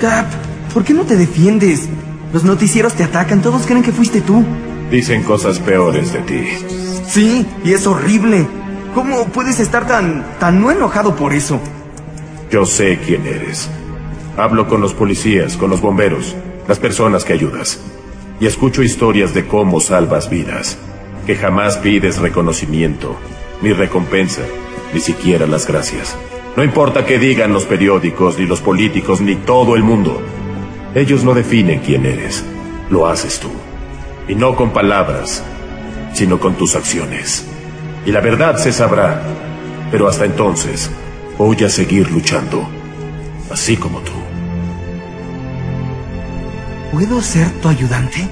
Cap, ¿por qué no te defiendes? Los noticieros te atacan, todos creen que fuiste tú. Dicen cosas peores de ti. Sí, y es horrible. ¿Cómo puedes estar tan, tan no enojado por eso? Yo sé quién eres. Hablo con los policías, con los bomberos, las personas que ayudas. Y escucho historias de cómo salvas vidas, que jamás pides reconocimiento, ni recompensa, ni siquiera las gracias. No importa qué digan los periódicos, ni los políticos, ni todo el mundo. Ellos no definen quién eres, lo haces tú. Y no con palabras, sino con tus acciones. Y la verdad se sabrá, pero hasta entonces voy a seguir luchando, así como tú. ¿Puedo ser tu ayudante?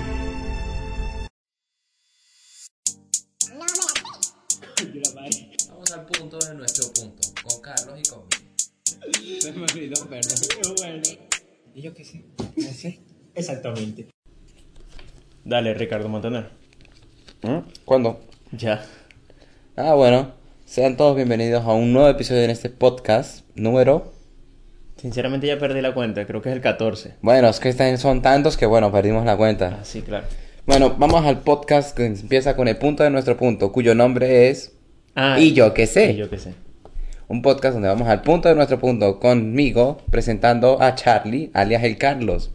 Vamos al punto de nuestro punto, con Carlos y conmigo. Se me olvidó, perdón. bueno. ¿Y yo qué sé? No sé. Exactamente. Dale, Ricardo Montaner. ¿Mm? ¿Cuándo? Ya. Ah, bueno. Sean todos bienvenidos a un nuevo episodio en este podcast. Número. Sinceramente ya perdí la cuenta, creo que es el 14. Bueno, es que están- son tantos que, bueno, perdimos la cuenta. Ah, sí, claro. Bueno, vamos al podcast que empieza con el punto de nuestro punto, cuyo nombre es. Ah, Y yo qué sé. Y yo qué sé. Un podcast donde vamos al punto de nuestro punto conmigo, presentando a Charlie, alias el Carlos.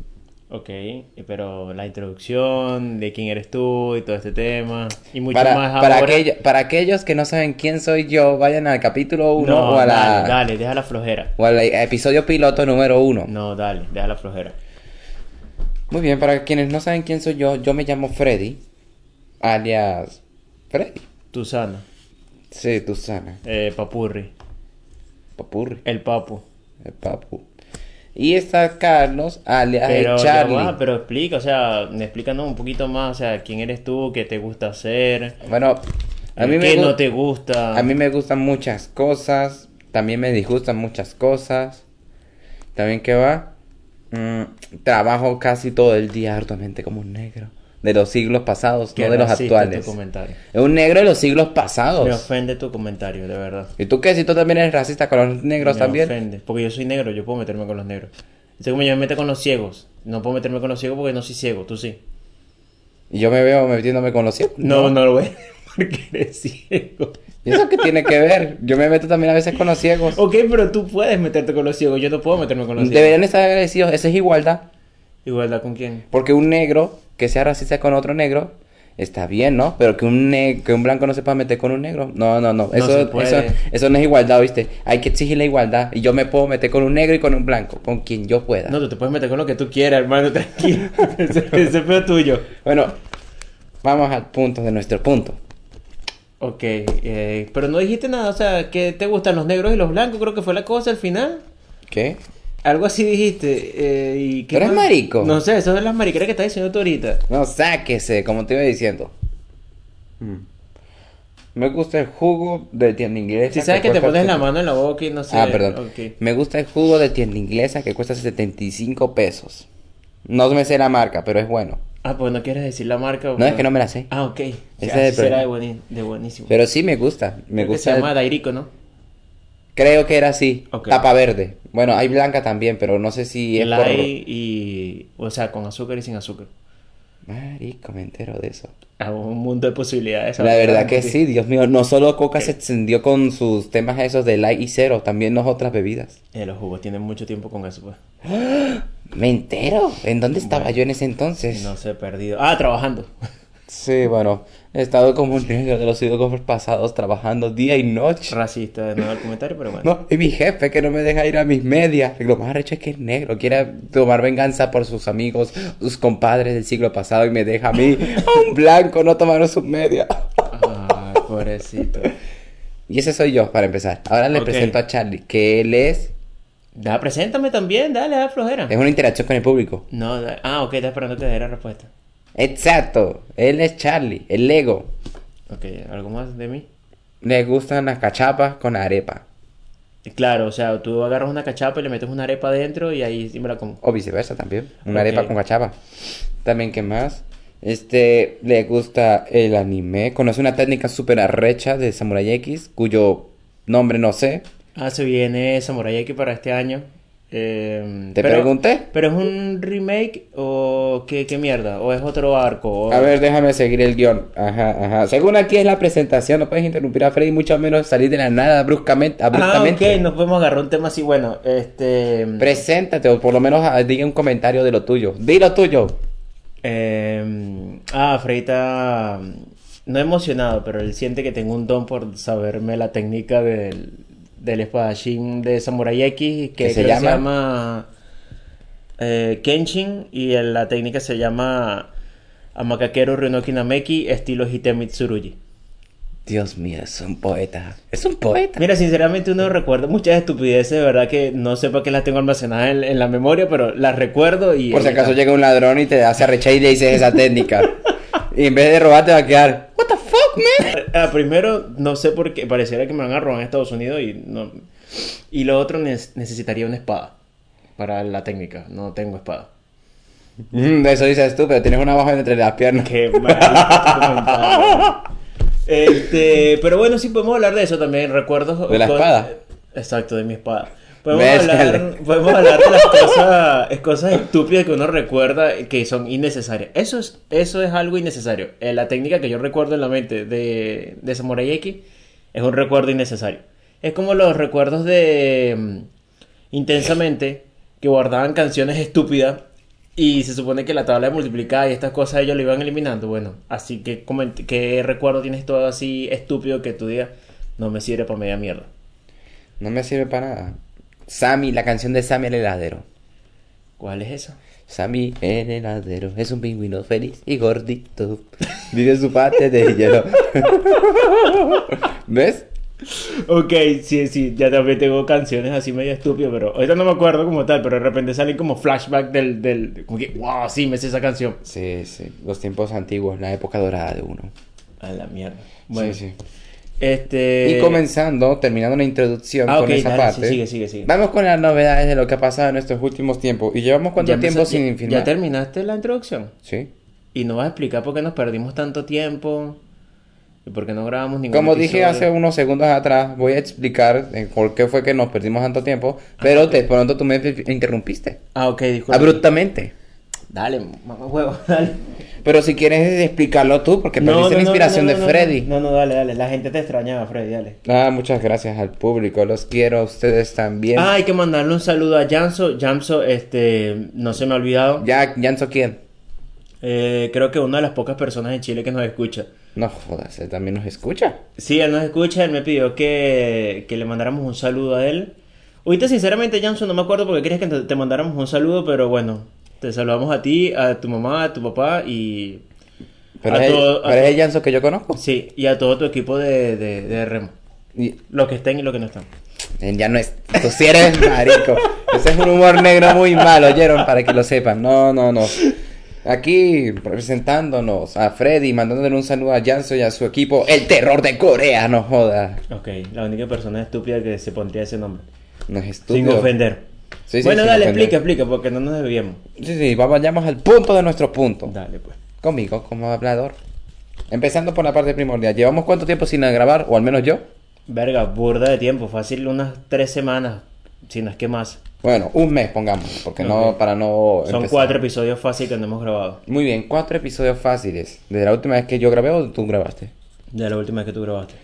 Ok, y pero la introducción de quién eres tú y todo este tema. Y mucho Para, más para, ahora. aquello- para aquellos que no saben quién soy yo, vayan al capítulo 1 No, o, a la- dale, dale, deja la flojera. o al episodio piloto número 1. No, dale, deja la flojera. Muy bien, para quienes no saben quién soy yo, yo me llamo Freddy, alias Freddy. Tusana, Sí, Susana, eh, Papurri, papurri, el Papu. el papu. Y está Carlos, alias el Pero, ya Charlie. va, pero explica, o sea, explícanos un poquito más, o sea, quién eres tú, qué te gusta hacer, Bueno, a mí, me qué gu- no te gusta. a mí me gustan muchas cosas, también me disgustan muchas cosas. También que va, Mm, trabajo casi todo el día arduamente como un negro. De los siglos pasados, Qué no de los racista actuales. tu comentario. Es un negro de los siglos Me pasados. ofende tu comentario, de verdad. ¿Y tú qué? Si tú también eres racista con los negros me también. ofende, porque yo soy negro, yo puedo meterme con los negros. Entonces, como yo me meto con los ciegos, no puedo meterme con los ciegos porque no soy ciego, tú sí. Y yo me veo metiéndome con los ciegos. No, no, lo voy a porque eres ciego. ¿Y eso qué tiene que ver? Yo me meto también a veces con los ciegos. Ok, pero tú puedes meterte con los ciegos, yo no puedo meterme Oh, con los ciegos. Deberían estar agradecidos. Esa es igualdad. ¿Igualdad con quién? Porque un negro que sea racista con otro negro está bien, ¿no? Pero que un ne- que un blanco no se pueda meter con un negro. No, no, no. No Eso, se puede. eso, eso no es igualdad, ¿viste? Hay que exigir la igualdad. Y yo me puedo meter con un negro y con un blanco. Con quien yo pueda. No, tú te puedes meter con lo que tú quieras, hermano, tranquilo. ese, ese es pedo tuyo. Bueno, vamos al punto de nuestro punto. Ok, eh, pero no dijiste nada, o sea, que te gustan los negros y los blancos, creo que fue la cosa al final. ¿Qué? Algo así dijiste. Eh, y ¿qué ¿Pero eres más? marico? No sé, eso es las mariqueras que estás diciendo tú ahorita. No, sáquese, como te iba diciendo. Me gusta el jugo de tienda inglesa. Si sabes que te cuesta pones la 70. mano en la boca y no sé. pues, Ah, perdón. ok. Me gusta el jugo de tienda inglesa que cuesta 75 pesos. No me sé la marca, pero es bueno. Ah, pues no quieres decir la marca. No, es que no me la sé. Ah, ok. Ese es será el problema. de, bueni- de buenísimo. Pero sí me gusta. Me Creo que gusta. Se el- llama Dairico, ¿no? Creo que era así. Ok. Tapa verde. Bueno, hay blanca también, pero no sé si es la por... hay y. O sea, con azúcar y sin azúcar. Marico, me entero de eso. Ah, un mundo de posibilidades. La verdad que sí, Dios mío. No solo Coca se extendió con sus temas esos de light y cero, también las otras bebidas. Eh, los jugos tienen mucho tiempo con eso, pues. Me entero. ¿En dónde estaba yo en ese entonces? No sé, perdido. Ah, trabajando. Sí, bueno, he estado como un negro de los siglos pasados trabajando día y noche. Racista de nuevo el comentario, pero bueno. No, y mi jefe que no me deja ir a mis medias. Lo más arrecho es que es negro, quiere tomar venganza por sus amigos, sus compadres del siglo pasado y me deja a mí, a un blanco, no tomaron sus medias. Ay, Ah, pobrecito. Y ese soy yo, para empezar. Ahora le Ok. presento a Charlie, que él es... Da, preséntame también, dale, da flojera. Es una interacción con el público. No, da- ah, ok, está esperando que dé la respuesta. Exacto, él es Charlie, el Lego. Ok, ¿algo más de mí? Le gustan las cachapas con arepa, Eh, Claro, o sea, tú agarras una cachapa y le metes una arepa adentro y ahí sí me la como. o viceversa también. Una Ok. arepa con cachapa. También, ¿qué más? Este, le gusta el anime. Conoce una técnica súper arrecha de Samurai X, cuyo nombre no sé. Ah, se viene Samurai X para este año. Eh, ¿Te pero- pregunté? ¿Pero es un remake o qué, qué mierda? ¿O es otro arco? O- A ver, déjame seguir el guión. Ajá, ajá. Según aquí es la presentación, no puedes interrumpir a Freddy, mucho menos salir de la nada bruscamente. Ah, abruptamente. ok, nos podemos agarrar un tema así. Bueno, este. Preséntate o por lo menos ah, diga un comentario de lo tuyo. Di lo tuyo. eh, ah, Freita. No emocionado, pero él siente que tengo un don por saberme la técnica del, del espadachín de Samurai X, que ¿Qué se creo que se llama? llama, eh, Kenshin, y el- la técnica se llama Amakakero Ryunoki Nameki, estilo Hitemi Tsurugi. Dios mío, es un poeta. Es un poeta. Mira, sinceramente uno recuerda muchas estupideces, de verdad que no sepa que las tengo almacenadas en, en la memoria, pero las recuerdo y... por si acaso llega un ladrón y te hace arrechar y le dices esa técnica. y en vez de robar te va a quedar. What the fuck, man? Ah, primero, no sé por qué, pareciera que me van a robar en Estados Unidos y no... Y lo otro, ne- necesitaría una espada para la técnica, no tengo espada. Mm, eso dices tú, pero tienes una baja entre las piernas. Qué maldito comentario. Este, pero bueno, sí podemos hablar de eso también, recuerdos... ¿De la con- espada? Exacto, de mi espada. Podemos Ves, hablar, dale. podemos hablar de las cosas, cosas estúpidas que uno recuerda que son innecesarias. Eso es, eso es algo innecesario. Eh, la técnica que yo recuerdo en la mente de, de Samurai X es un recuerdo innecesario. Es como los recuerdos de mm, Intensamente que guardaban canciones estúpidas y se supone que la tabla de multiplicar y estas cosas ellos lo iban eliminando. Bueno, así que coment- ¿qué recuerdo tienes todo así estúpido que tú digas no me sirve para media mierda? No me sirve para nada. Sammy, la canción de Sammy el heladero. ¿Cuál es esa? Sammy el heladero es un pingüino feliz y gordito. Vive su parte de hielo. ¿Ves? Ok, sí, sí, ya también tengo canciones así medio estúpidas, pero ahorita no me acuerdo como tal, pero de repente salen como flashback del, del, como que, wow, sí, me sé esa canción. Sí, sí. Los tiempos antiguos, la época dorada de uno. A la mierda. Bueno, Bueno, sí. este... Y comenzando, terminando la introducción Ah, con ok, esa dale, sí, parte. sigue, sigue, sigue. Vamos con las novedades de lo que ha pasado en estos últimos tiempos. ¿Y llevamos cuánto Ya empezó- tiempo sin ya- filmar? ¿Ya terminaste la introducción? Sí. Y no vas a explicar por qué nos perdimos tanto tiempo y por qué no grabamos ningún Como dije episodio. hace unos segundos atrás, voy a explicar eh, por qué fue que nos perdimos tanto tiempo, pero de pronto tú me interrumpiste. Ah, ok, disculpa. Abruptamente. Dale, mamá huevo, dale. Pero si quieres explicarlo tú, porque perdiste la inspiración no, no, de no, Freddy. No, no, dale, dale. La gente te extrañaba, Freddy, dale. Ah, muchas gracias al público, los quiero a ustedes también. Ah, hay que mandarle un saludo a Janso. Janso, este, no se me ha olvidado. Ya, Janso, ¿quién? Eh, creo que una de las pocas personas en Chile que nos escucha. No jodas, él también nos escucha. Sí, él nos escucha, él me pidió que, que le mandáramos un saludo a él. Ahorita, sinceramente, Janso, no me acuerdo porque querías que te te mandáramos un saludo, pero bueno, te saludamos a ti, a tu mamá, a tu papá y... Pero, A es, el- todo- a pero es todo- el Janso que yo conozco. Sí, y a todo tu equipo de, de, de remo. Y- Los que estén y los que no están. Eh, Ya no es. Tú sí eres marico. Ese es un humor negro muy malo, oyeron, para que lo sepan. No, no, no. Aquí presentándonos a Freddy, mandándole un saludo a Janso y a su equipo, el terror de Corea, no joda. Ok, la única persona estúpida que se pondría ese nombre. No es Sin estúpido. ofender. Sí, sí, bueno, sin dale, ofender. explica, explica, porque no nos debíamos. Sí, sí, va- vayamos al punto de nuestro punto. Dale, pues. Conmigo, como hablador. Empezando por la parte primordial. ¿Llevamos cuánto tiempo sin grabar? O al menos yo. Verga, burda de tiempo, fácil unas tres semanas, si no es que más. Bueno, un mes, pongamos. Porque no, Ok. para no. Son empezar. cuatro episodios fácil que no hemos grabado. Muy bien, cuatro episodios fáciles. Desde la última vez que yo grabé o tú grabaste. De la última vez que tú grabaste.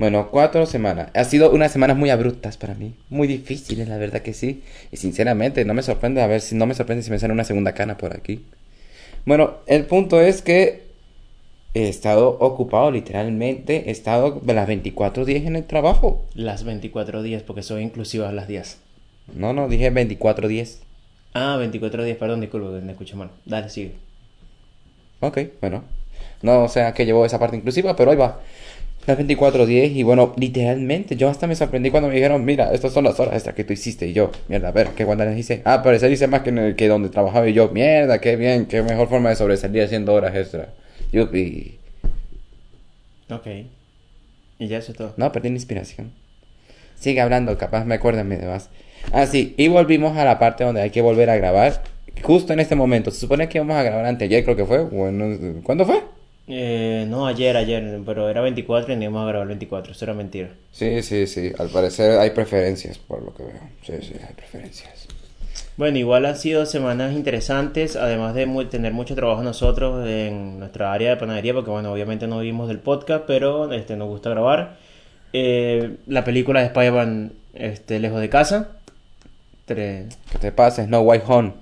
Bueno, cuatro semanas. Ha sido unas semanas muy abruptas para mí. Muy difíciles, la verdad que sí. Y sinceramente, no me sorprende, a ver si no me sorprende si me sale una segunda cana por aquí. Bueno, el punto es que he estado ocupado, literalmente. He estado las 24-10 en el trabajo. Las 24 días, porque son inclusivas las 10. No, no, dije 24-10. Ah, 24 días, perdón, disculpa, que me escuché mal. Dale, sigue. Ok, bueno. No, o sea, que llevo esa parte inclusiva, pero ahí va. Las 24.10 y bueno, literalmente, yo hasta me sorprendí cuando me dijeron, mira, estas son las horas estas que tú hiciste y yo, mierda, a ver, ¿qué cuántas les hice? Ah, parecer hice más que, en el- que donde trabajaba y yo, mierda, qué bien, qué mejor forma de sobresalir haciendo horas extra. Yupi. Ok. Y ya eso es todo. No, perdí la inspiración. Sigue hablando, capaz me acuerdo de mí de más. Ah, sí, y volvimos a la parte donde hay que volver a grabar. Justo en este momento, se supone que íbamos a grabar anteayer, creo que fue. Bueno, ¿cuándo fue? Eh, no, ayer, ayer, pero era 24 y no íbamos a grabar 24, eso era mentira. Sí, sí, sí. Al parecer hay preferencias, por lo que veo. Sí, sí, hay preferencias. Bueno, igual han sido semanas interesantes, además de mu- tener mucho trabajo nosotros en nuestra área de panadería, porque bueno, obviamente no vivimos del podcast, pero este, nos gusta grabar. Eh, la película de Spider-Man este, Lejos de Casa. Tre- ¿Qué te pasa? No White Home.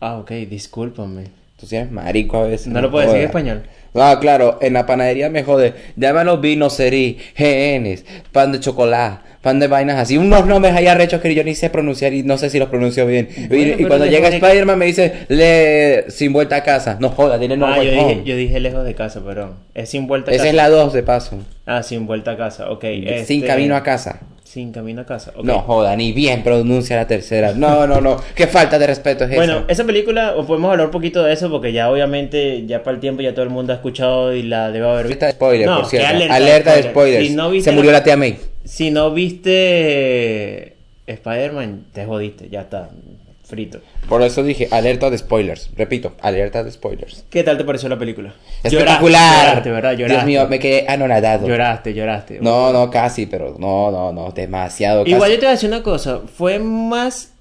Ah, ok, discúlpame. Tú sí eres marico a veces. No lo puedo decir en jodas. español. No, claro, en la panadería me jode. Llámalo vino serí, GNs, pan de chocolate, pan de vainas así. Unos nombres ahí arrechos que yo ni sé pronunciar y no sé si los pronuncio bien. Y- y, pero cuando le llega pone- Spider-Man me dice, le sin vuelta a casa. No joda, tiene no Ah, yo Way Home. dije, yo dije lejos de casa, perdón. Es sin vuelta a Esa casa. es la 2 de paso. Ah, sin vuelta a casa, ok. Sin este, camino a casa. Sin camino a casa, ok. No joda, ni bien pronuncia la tercera. No, no, no. Qué falta de respeto es Bueno, esa. esa película, o podemos hablar un poquito de eso, porque ya obviamente, ya para el tiempo, ya todo el mundo ha escuchado y la debe haber visto. Alerta de spoiler, No, por qué cierto. alerta Alerta, de de spoiler. spoilers. Si no viste Se murió la- la tía May. Si no viste eh, Spider-Man, te jodiste, ya está, frito. Por eso dije alerta de spoilers. Repito, alerta de spoilers. ¿Qué tal te pareció la película? Espectacular. Lloraste, ¿verdad? Lloraste. Dios mío, me quedé anonadado. Lloraste, lloraste. No, no, casi, pero no, no, no, demasiado casi. Igual yo te voy a decir una cosa, fue más...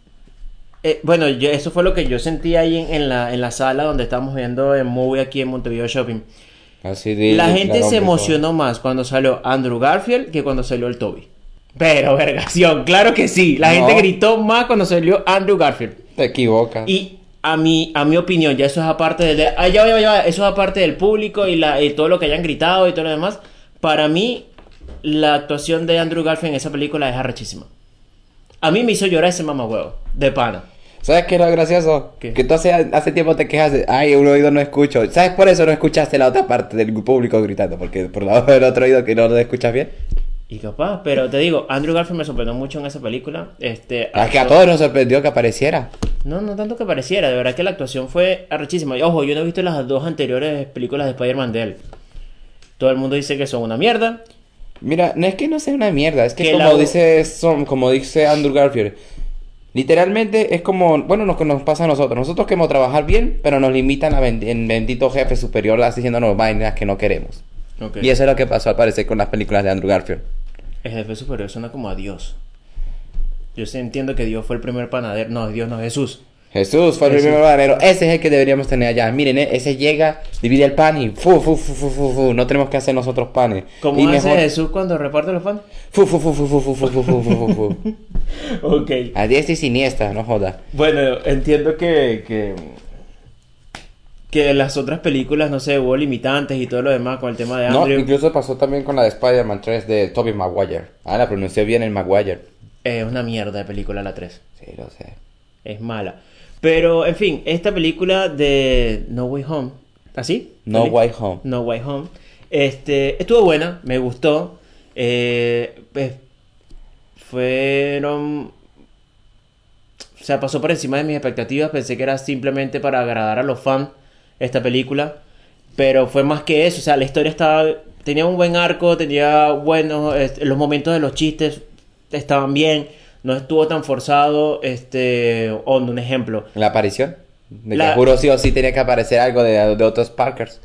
eh, bueno, yo- eso fue lo que yo sentí ahí en, en la, en la sala donde estábamos viendo el movie aquí en Montevideo Shopping. Así de- la de gente claro, se hombre, emocionó más cuando salió Andrew Garfield que cuando salió el Toby. Pero, vergación, claro que sí. La No. gente gritó más cuando salió Andrew Garfield. no. Te equivocas. Y a mi, a mi opinión, ya eso es aparte del, ah, ya, ya, ya, eso es aparte del público y, la, y todo lo que hayan gritado y todo lo demás. Para mí, la actuación de Andrew Garfield en esa película es arrechísima. A mí me hizo llorar ese mamahuevo, de pana. ¿Sabes qué es lo gracioso? ¿Qué? Que tú hace, hace tiempo te quejas de, ay, un oído no escucho. ¿Sabes por eso no escuchaste la otra parte del público gritando? Porque por la del otro oído que no lo escuchas bien. Y capaz, pero te digo, Andrew Garfield me sorprendió mucho en esa película. Este, Es que a actuó- todos nos sorprendió que apareciera. No, no tanto que pareciera, de verdad que la actuación fue arrechísima. Y ojo, yo no he visto las dos anteriores películas de Spider-Man de él. Todo el mundo dice que son una mierda. Mira, no es que no sea una mierda, es que, Que como la- dice Son, como dice Andrew Garfield, literalmente es como, bueno, lo que nos pasa a nosotros. Nosotros queremos trabajar bien, pero nos limitan a bend- en bendito jefe superior así diciéndonos vainas que no queremos. Y eso es lo que pasó al parecer con las películas de Andrew Garfield. El jefe superior suena como a Dios. Yo sí entiendo que Dios fue el primer panadero. No, Dios no, Jesús. Jesús fue el Jesús. primer banero, ese es el que deberíamos tener allá. Miren, eh, ese llega, divide el pan y fu, fu, fu, fu, fu, fu, no tenemos que hacer nosotros panes. ¿Cómo y hace mejor- Jesús cuando reparte los panes? Fu, fu, fu, fu, fu, fu, fu, fu, fu, fu, fu, fu. Ok. A diestra y siniestra, no joda. Bueno, entiendo que, que. que las otras películas, no sé, hubo limitantes y todo lo demás con el tema de No, Andrew. incluso pasó también con la de Spider-Man 3 de Tobey Maguire. Ah, la pronuncié bien el Maguire. Eh, es una mierda de película la 3. Sí, lo sé. Es mala. Pero, en fin, esta película de No Way Home, ¿así? No ¿Vale? Way Home. No Way Home. Este, estuvo buena, me gustó. Eh, eh, fueron... O sea, pasó por encima de mis expectativas. Pensé que era simplemente para agradar a los fans esta película. Pero fue más que eso. O sea, la historia estaba... Tenía un buen arco, tenía buenos... este, los momentos de los chistes estaban bien. No estuvo tan forzado. Este... Onda, un ejemplo. La aparición. De La- que juro sí o sí tenía que aparecer algo de, de otros Parkers.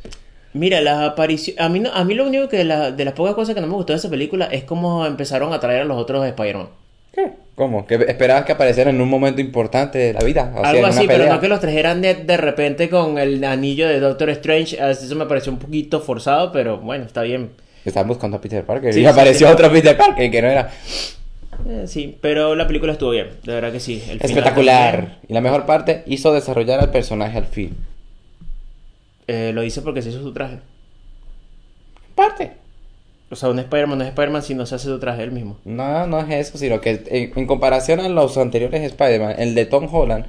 Mira, las apariciones. A mí, no- a mí lo único que la- de las pocas cosas que no me gustó de esa película es cómo empezaron a traer a los otros Spider-Man. ¿Qué? ¿Cómo? ¿Que esperabas que aparecieran en un momento importante de la vida? O sea, en Algo una así, pero pelea. no que los trajeran de, de repente con el anillo de Doctor Strange. Así, Eso me pareció un poquito forzado, pero bueno, está bien. Estaban buscando a Peter Parker. Sí, y sí, apareció sí. otro Peter Parker que no era. Eh, sí, pero la película estuvo bien, de verdad que sí. El final también, Espectacular. Y la mejor parte, hizo desarrollar al personaje al fin. eh, lo hice porque se hizo su traje. Parte. O sea, un Spider-Man no es Spider-Man si no se hace su traje él mismo. No, no es eso, sino que eh, en, en comparación a los anteriores Spider-Man, el de Tom Holland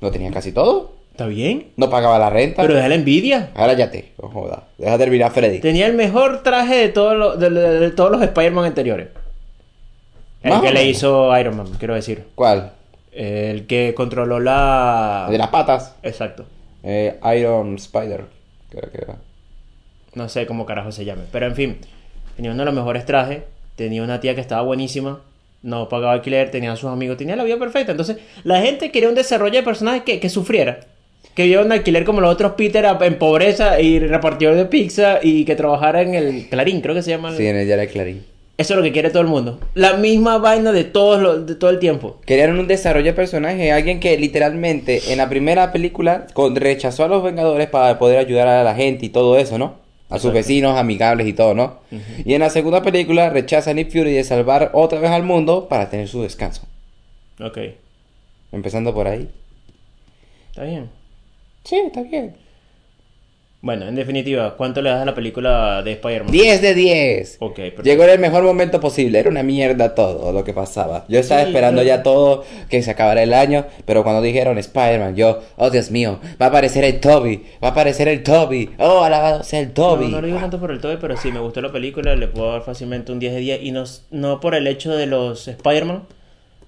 lo tenía casi todo. ¿Está bien? No pagaba la renta. Pero deja la envidia. Ahora ya te, no joda. Deja terminar Freddy. Tenía el mejor traje de, todos los- de, de- de todos los Spider-Man anteriores. El Más o que le menos. hizo Iron Man, quiero decir. ¿Cuál? El que controló la... El De las patas. Exacto. Eh, Iron Spider. Creo que era. No sé cómo carajo se llame. Pero en fin, tenía uno de los mejores trajes. Tenía una tía que estaba buenísima. No pagaba alquiler, tenía a sus amigos, tenía la vida perfecta. Entonces, la gente quería un desarrollo de personaje que, que sufriera. Que viviera un alquiler como los otros Peter a- en pobreza y repartidor de pizza y que trabajara en el Clarín, creo que se llama. el- Sí, en el diario de Clarín. Eso es lo que quiere todo el mundo. La misma vaina de, todos los- de todo el tiempo. Querían un desarrollo de personaje, alguien que literalmente en la primera película con- rechazó a los Vengadores para poder ayudar a la gente y todo eso, ¿no? A sus vecinos, amigables y todo, ¿no? Y en la segunda película rechaza a Nick Fury de salvar otra vez al mundo para tener su descanso. Ok. Empezando por ahí. Está bien. Sí, está bien. Bueno, en definitiva, ¿cuánto le das a la película de Spider-Man? 10 de 10. Ok, perfecto. Llegó en el mejor momento posible. Era una mierda todo lo que pasaba. Yo estaba Sí, esperando yo- ya todo que se acabara el año, pero cuando dijeron Spider-Man, yo, oh Dios mío, va a aparecer el Toby, va a aparecer el Toby, oh alabado sea el Toby. No, no lo digo tanto por el Toby, pero sí, me gustó la película, le puedo dar fácilmente un 10 de 10. Y no, no por el hecho de los Spider-Man,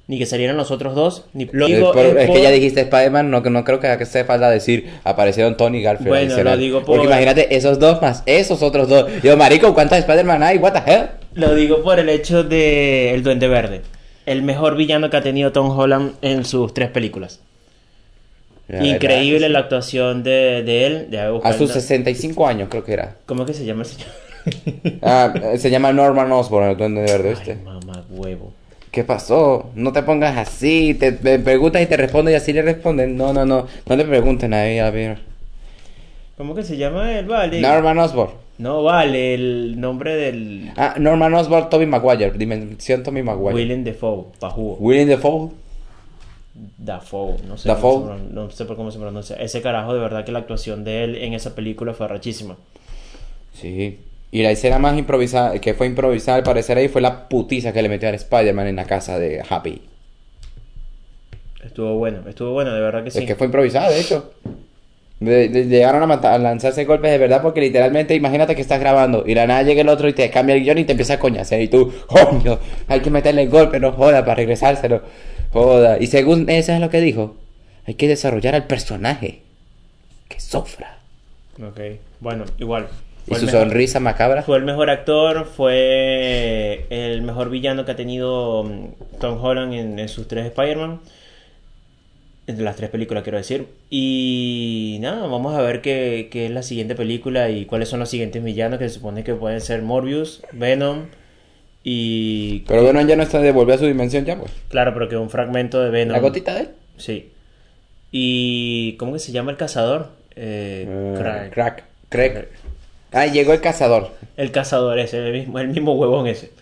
ni que salieran los otros dos, ni lo Eh, digo por- es por- que ya dijiste Spider-Man, no, no creo que hace falta decir aparecieron Tony y Garfield. Bueno, adicional. lo digo por- Porque imagínate, esos dos más esos otros dos. Yo, marico, ¿cuántas Spider-Man hay? What the hell? Lo digo por el hecho de El Duende Verde, el mejor villano que ha tenido Tom Holland en sus tres películas. La verdad. Increíble la actuación de, de él. de A sus 65 años creo que era. ¿Cómo es que se llama el señor? Ah, eh, se llama Norman Osborn, el duende verde, este. ¿viste? Ay, mamá, huevo. ¿Qué pasó? No te pongas así, te, te preguntas y te responden y así le responden. No, no, no, no le pregunten a ella, ver. ¿Cómo que se llama él? Vale. Norman Osborn. No vale el nombre del Ah, Norman Osborn, Toby Maguire, Dimensión Toby Maguire. William, Willem Dafoe, Pajú. Dafoe. Dafoe, no sé, Dafoe. cómo se pron- no sé por cómo se pronuncia. Ese carajo, de verdad que la actuación de él en esa película fue rachísima. Sí. Y la escena más improvisada, que fue improvisada al parecer ahí, fue la putiza que le metió al Spider-Man en la casa de Happy. Estuvo bueno, estuvo bueno, de verdad que sí. Es que fue improvisada, de hecho. De- de- llegaron a, mata- a lanzarse golpes de verdad porque literalmente imagínate que estás grabando y la nada llega el otro y te cambia el guión y te empieza a coñacer y tú, coño, hay que meterle el golpe, no joda, para regresárselo. Joda. Y según eso es lo que dijo, hay que desarrollar al personaje que sufra. Ok, bueno, igual. Y Fue el su mejor- sonrisa macabra. Fue el mejor actor, fue el mejor villano que ha tenido mm, Tom Holland en, en sus tres Spider-Man. En las tres películas, quiero decir. Y nada, vamos a ver qué, qué es la siguiente película y cuáles son los siguientes villanos que se supone que pueden ser Morbius, Venom y... Pero bueno, ya no está de volver a su dimensión ya, pues. Claro, pero que un fragmento de Venom. La gotita de él. Sí. Y... ¿Cómo que se llama el cazador? Eh, Eh, Craig. Crack. Crack. Ah, llegó el cazador. El cazador ese, el mismo, el mismo huevón ese.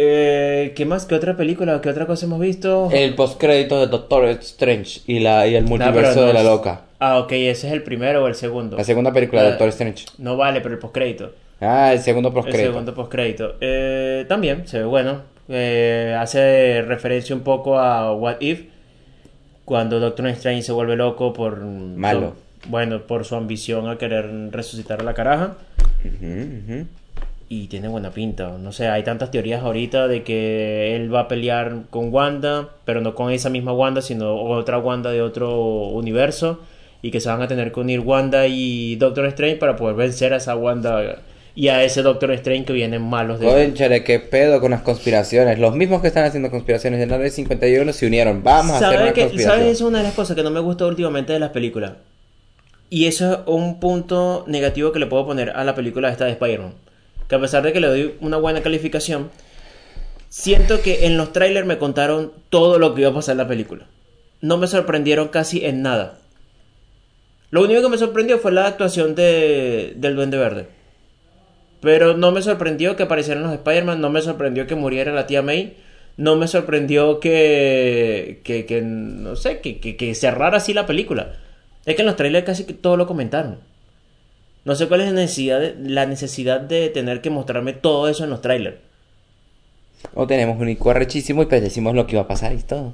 Eh, ¿Qué más? ¿Qué otra película? ¿Qué otra cosa hemos visto? El postcrédito de Doctor Strange y, la, y el No, multiverso pero no de la es- loca. Ah, ok, ese es el primero o el segundo. La segunda película Ah, de Doctor Strange. No vale, pero el postcrédito. Ah, el segundo El segundo postcrédito. postcrédito. Eh, también se ve bueno. Eh, hace referencia un poco a What If, cuando Doctor Strange se vuelve loco por... Malo. bueno, por su ambición a querer resucitar a la caraja. Ujú, ujú. Y tiene buena pinta. No sé, hay tantas teorías ahorita de que él va a pelear con Wanda, pero no con esa misma Wanda, sino otra Wanda de otro universo. Y que se van a tener que unir Wanda y Doctor Strange para poder vencer a esa Wanda y a ese Doctor Strange que vienen malos de Cónchale, qué pedo con las conspiraciones. Los mismos que están haciendo conspiraciones del Área 51 se unieron. Vamos a hacer ¿Sabes una que, conspiración. ¿Sabes? Es una de las cosas que no me gusta últimamente de las películas. Y eso es un punto negativo que le puedo poner a la película esta de Spider-Man. Que a pesar de que le doy una buena calificación, siento que en los trailers me contaron todo lo que iba a pasar en la película. No me sorprendieron casi en nada. Lo único que me sorprendió fue la actuación de, del Duende Verde. Pero no me sorprendió que aparecieran los Spider-Man, no me sorprendió que muriera la tía May, no me sorprendió que, que, que, no sé, que, que, que cerrara así la película. Es que en los trailers casi que todo lo comentaron. No sé cuál es la necesidad de, la necesidad de tener que mostrarme todo eso en los trailers. O tenemos un IQ rechísimo y predecimos lo que iba a pasar y todo.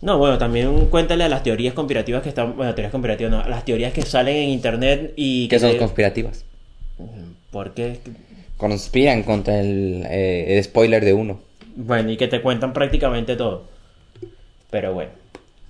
No, bueno, también cuéntale a las teorías conspirativas que están, bueno, teorías conspirativas no, a las teorías que salen en internet y Y que son conspirativas. porque Conspiran contra el, eh, el spoiler de uno. Bueno, y que te cuentan prácticamente todo. Pero bueno.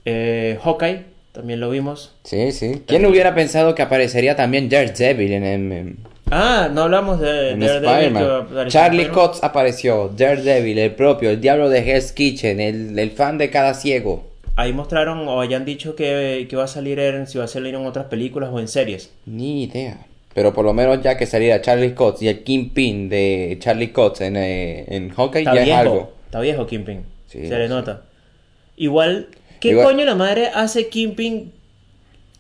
Eh, Hawkeye, también lo vimos. Sí, sí. ¿Quién hubiera pensado que aparecería también Daredevil en, en, en- Ah, no hablamos de, en de Daredevil, que Spider-Man? apareció Charlie Spider-Man. Cox apareció, Daredevil, el propio, el diablo de Hell's Kitchen, el, el fan de cada ciego. Ahí mostraron o hayan dicho que, que va a salir en, si va a salir en otras películas o en series. Ni idea. Pero por lo menos ya que saliera Charlie Cox y el Kingpin de Charlie Cox en, eh, en Hawkeye Está ya viejo, es algo. está viejo Kingpin. Sí, se le sí. nota. Igual, ¿qué Igual- coño la madre hace Kingpin?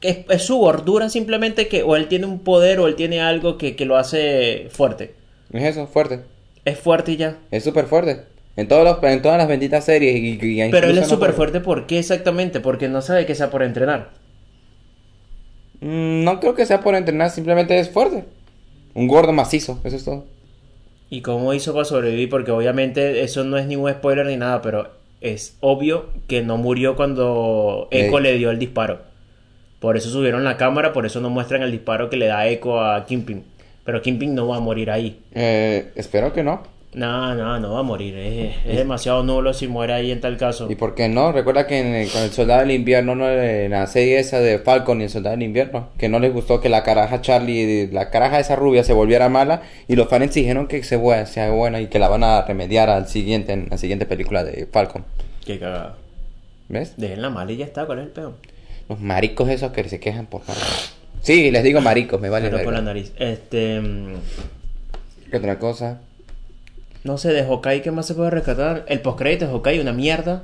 Que Es, es su gordura simplemente que o él tiene un poder o él tiene algo que, que lo hace fuerte. ¿No es eso? Fuerte. Es fuerte y ya. Es súper fuerte. En, todos los, en todas las benditas series. Y, y- y Pero él incluso es no súper por- fuerte, ¿por qué exactamente? Porque no sabe que sea por entrenar. Mm, No creo que sea por entrenar, simplemente es fuerte. Un gordo macizo, eso es todo. ¿Y cómo hizo para sobrevivir? Porque obviamente eso no es ningún spoiler ni nada, pero es obvio que no murió cuando Echo Ey. le dio el disparo. Por eso subieron la cámara, por eso no muestran el disparo que le da Echo a Kingpin. Pero Kingpin no va a morir ahí. Eh, espero que no. No, no, no va a morir. Es, es demasiado nulo si muere ahí en tal caso. ¿Y por qué no? Recuerda que en el- con el Soldado del Invierno, no, en la serie esa de Falcon y el Soldado del Invierno, que no les gustó que la caraja Charlie, la caraja esa rubia se volviera mala y los fans dijeron que se bue- sea buena y que la van a remediar al siguiente, en la siguiente película de Falcon. Qué cagada. ¿Ves? Dejen la mala y ya está, ¿cuál es el peón? Los maricos esos que se quejan por nada. Sí, les digo maricos, me vale por la verga. nariz. Este. mm, ¿Qué otra cosa? No sé, de Hawkeye, ¿qué más se puede rescatar? El postcrédito de Hawkeye, una mierda.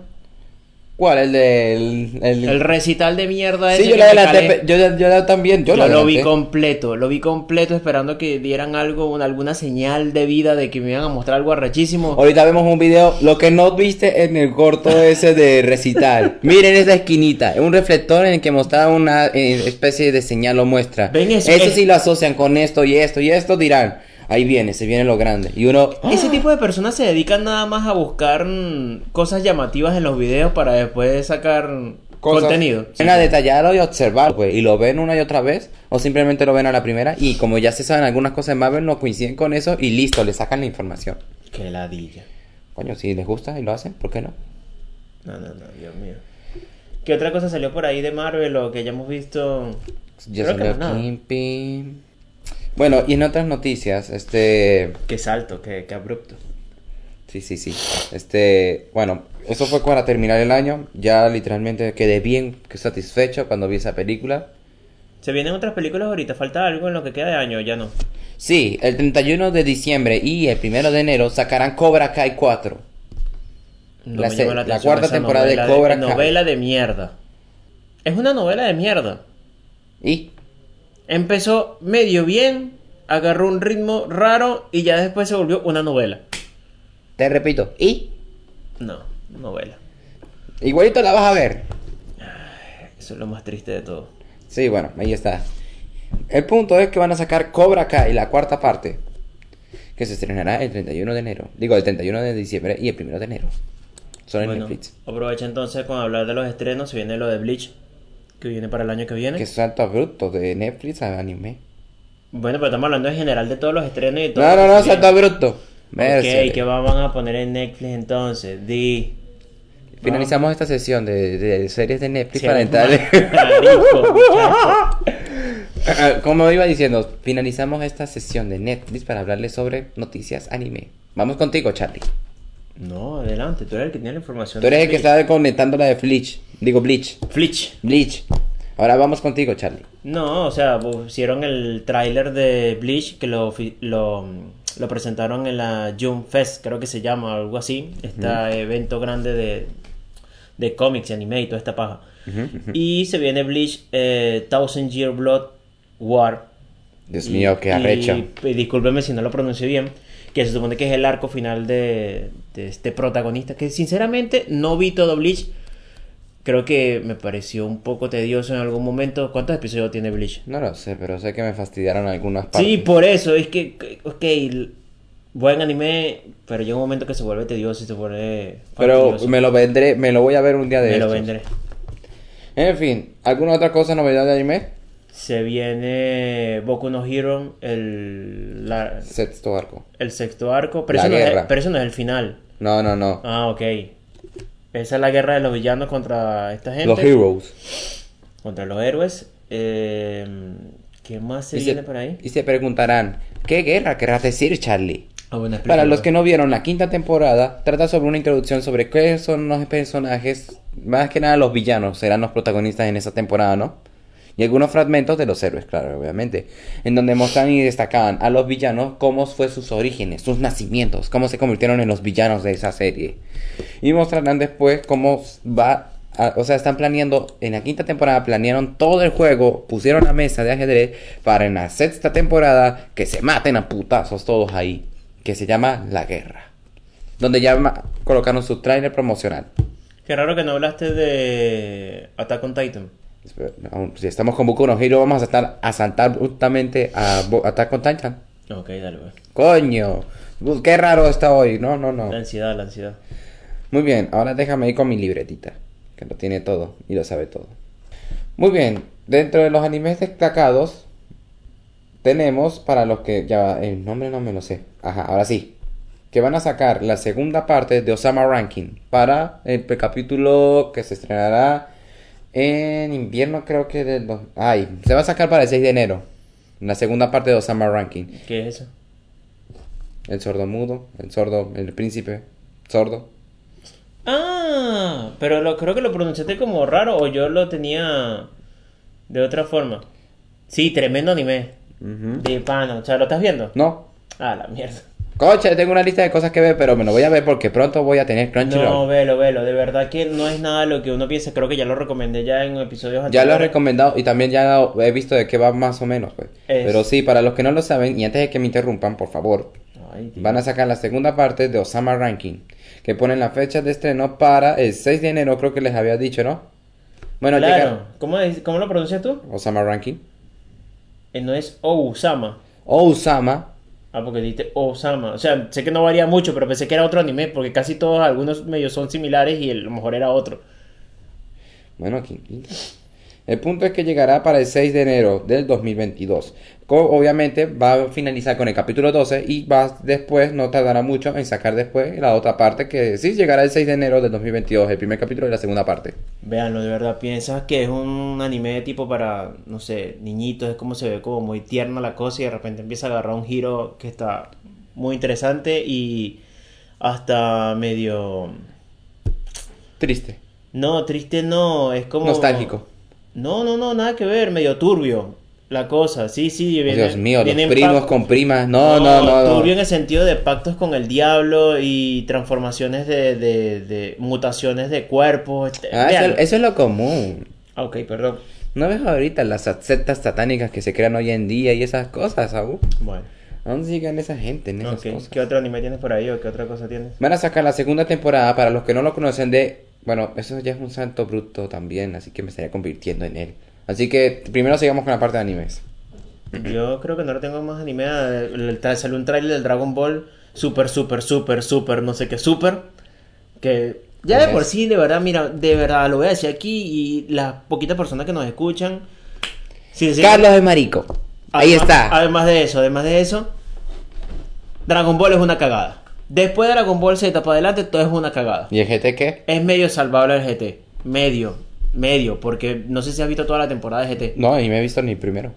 ¿Cuál? El del... el- El recital de mierda ese Sí, yo que lo me adelanté, calé. pe- yo, yo, yo también, yo, Yo, lo lo vi adelanté. completo, lo vi completo esperando que dieran algo, una- alguna señal de vida de que me iban a mostrar algo arrechísimo. Ahorita vemos un video, lo que no viste en el corto ese de recital. Miren esa esquinita, un reflector en el que mostraba una eh, especie de señal o muestra. Ven eso, eso es- sí lo asocian con esto y esto y esto dirán, ahí viene, se viene lo grande. Y uno, Ese tipo de personas se dedican nada más a buscar mm, cosas llamativas en los videos para después sacar mm, cosas- contenido. Ven a detallarlo y observar, güey, y lo ven una y otra vez o simplemente lo ven a la primera y como ya se saben algunas cosas de Marvel no coinciden con eso y listo, le sacan la información. Qué ladilla. Coño, si les gusta y lo hacen, ¿por qué no? No, no, no, Dios mío. ¿Qué otra cosa salió por ahí de Marvel o que ya hemos visto? Ya Creo que salió más nada. Kingpin. Bueno, y en otras noticias, este. Qué salto, qué, qué abrupto. Sí, sí, sí. Este. Bueno, eso fue para terminar el año. Ya literalmente quedé bien satisfecho cuando vi esa película. Se vienen otras películas ahorita, falta algo en lo que queda de año, ya no. Sí, el 31 de diciembre y el 1 de enero sacarán Cobra Kai 4. No La me se- llama la atención cuarta esa temporada de novela Cobra Kai. Novela de mierda. Es una novela de mierda. Y. Empezó medio bien, agarró un ritmo raro y ya después se volvió una novela. Te repito, y. No, novela. Igualito la vas a ver. Eso es lo más triste de todo. Sí, bueno, ahí está. El punto es que van a sacar Cobra Kai, la cuarta parte, que se estrenará el 31 de enero. Digo, el 31 de diciembre y el 1 de enero. Son en Bueno, Netflix. aprovecha entonces con hablar de los estrenos. Se viene lo de Bleach, que viene para el año que viene. Qué salto abrupto de Netflix a anime. Bueno, pero estamos hablando en general de todos los estrenos y todo. No, lo no, que no, se viene. salto abrupto. Ok, ¿qué Mercedes. va- van a poner en Netflix entonces? Di. Finalizamos esta sesión de, de series de Netflix Sí, para entrar. Ah, marico, muchacho. Como iba diciendo, finalizamos esta sesión de Netflix para hablarles sobre noticias anime. Vamos contigo, Charlie. No, adelante, tú eres el que tiene la información. Tú eres el que Bleach. está conectando la de Bleach. Digo, Bleach. Bleach. Bleach. Ahora vamos contigo, Charlie. No, o sea, pusieron el tráiler de Bleach que lo, fi- lo, lo presentaron en la June Fest, creo que se llama, o algo así. Este evento grande de, de cómics y anime y toda esta paja. Y se viene Bleach eh, Thousand Year Blood War. Dios Y- mío, qué y- arrecho. Y, discúlpeme si no lo pronuncié bien, que se supone que es el arco final de, de este protagonista, que sinceramente no vi todo Bleach. Creo que me pareció un poco tedioso en algún momento. ¿Cuántos episodios tiene Bleach? No lo sé, pero sé que me fastidiaron algunas partes. Sí, por eso, es que, que- ok, l- buen anime, pero llega un momento que se vuelve tedioso y se vuelve... pero fastidioso. me lo vendré, me lo voy a ver un día de Me lo estos. vendré. En fin, ¿alguna otra cosa novedad de anime? Se viene Boku no Hero, el, la- Sexto arco. el sexto arco, pero La eso, no es, guerra. pero eso no es el final. No, no, no. Ah, ok. Esa es la guerra de los villanos contra esta gente. Los Heroes. Contra los héroes. Eh, ¿Qué más se Y viene por ahí? y se preguntarán, ¿qué guerra querrás decir, Charlie? Ah, bueno, Para explícalo. los que no vieron la quinta temporada, trata sobre una introducción sobre qué son los personajes, más que nada los villanos, serán los protagonistas en esa temporada, ¿no? y algunos fragmentos de los héroes, claro, obviamente, en donde mostraban y destacaban a los villanos cómo fue sus orígenes, sus nacimientos, cómo se convirtieron en los villanos de esa serie. Y mostrarán después cómo va, a- o sea, están planeando, en la quinta temporada planearon todo el juego, pusieron la mesa de ajedrez para en la sexta temporada que se maten a putazos todos ahí, que se llama La Guerra, donde ya ma- colocaron su tráiler promocional. Qué raro que no hablaste de Attack on Titan. Aún Si estamos con Boku no Hero, vamos a estar a saltar justamente a Bo- Attack on Titan. Ok, dale, pues. güey. Coño, bu- qué raro está hoy. No, no, no. La ansiedad, la ansiedad. Muy bien, ahora déjame ir con mi libretita, que lo tiene todo y lo sabe todo. Muy bien, dentro de los animes destacados tenemos para los que ya el nombre no me lo sé. Ajá, ahora sí. Que van a sacar la segunda parte de Osama Ranking para el pe- capítulo que se estrenará en invierno, creo que del. dos- Ay, se va a sacar para el 6 de enero. La segunda parte de Osama Ranking. ¿Qué es eso? El sordo mudo, el sordo, el príncipe, sordo. Ah, pero lo, creo que lo pronunciaste como raro o yo lo tenía de otra forma. Sí, tremendo anime. De pana, o sea, ¿lo estás viendo? No, Ah, la mierda. Coche, tengo una lista de cosas que ver, pero me lo voy a ver porque pronto voy a tener No, Crunchyroll. velo, velo. De verdad que no es nada lo que uno piensa. Creo que ya lo recomendé ya en episodios ya lo he anteriores. recomendado y también ya he visto de qué va más o menos, pues. Es. Pero sí, para los que no lo saben, y antes de que me interrumpan, por favor, Ay, tío. van a sacar la segunda parte de Osama Ranking, que ponen la fecha de estreno para el 6 de enero, creo que les había dicho, ¿no? Bueno, Claro. ¿Cómo, es- ¿Cómo lo pronuncias tú? llega- Osama Ranking. Eh, no es Ousama. Osama, Ah, porque dijiste Osama. O sea, sé que no varía mucho, pero pensé que era otro anime, porque casi todos, algunos medios son similares y el- a lo mejor era otro. Bueno, aquí. El punto es que llegará para el 6 de enero del 2022. Co- obviamente va a finalizar con el capítulo 12 y va después, no tardará mucho en sacar después la otra parte que sí llegará el 6 de enero del 2022, el primer capítulo y la segunda parte. Veanlo, de verdad, piensas que es un anime tipo para, no sé, niñitos, es como se ve como muy tierna la cosa y de repente empieza a agarrar un giro que está muy interesante y hasta medio... Triste. No, triste no, es como... Nostálgico. No, no, no, nada que ver, medio turbio la cosa, sí, sí, viene, Oh, Dios mío, los vienen primos pa- con primas. No, no, no. no. Turbio en el sentido de pactos con el diablo y transformaciones de, de, de mutaciones de cuerpos. este, Ah, véanlo. eso, eso es lo común. Ah, Ok, perdón. ¿No ves ahorita las sectas satánicas que se crean hoy en día y esas cosas, Saúl? Bueno. ¿A ¿Dónde llegan esa gente en esas Ok, cosas? ¿Qué otro anime tienes por ahí o qué otra cosa tienes? Van a sacar la segunda temporada para los que no lo conocen de... Bueno, eso ya es un santo bruto también, así que me estaría convirtiendo en él. Así que primero sigamos con la parte de animes. Yo creo que no lo tengo más anime. ah, El- el tra- Salió un trailer del Dragon Ball Super, super, super, super, no sé qué, super. Que ya de Yes. por sí, de verdad, mira, de verdad, lo voy a decir aquí y las poquitas personas que nos escuchan. sinceramente- Carlos de Marico. Ahí Además- está. Además de eso, además de eso, Dragon Ball es una cagada. Después de Dragon Ball Z para adelante, todo es una cagada. ¿Y el GT qué? Es medio salvable el GT. Medio, medio, porque no sé si has visto toda la temporada de GT. No, ni me he visto ni primero.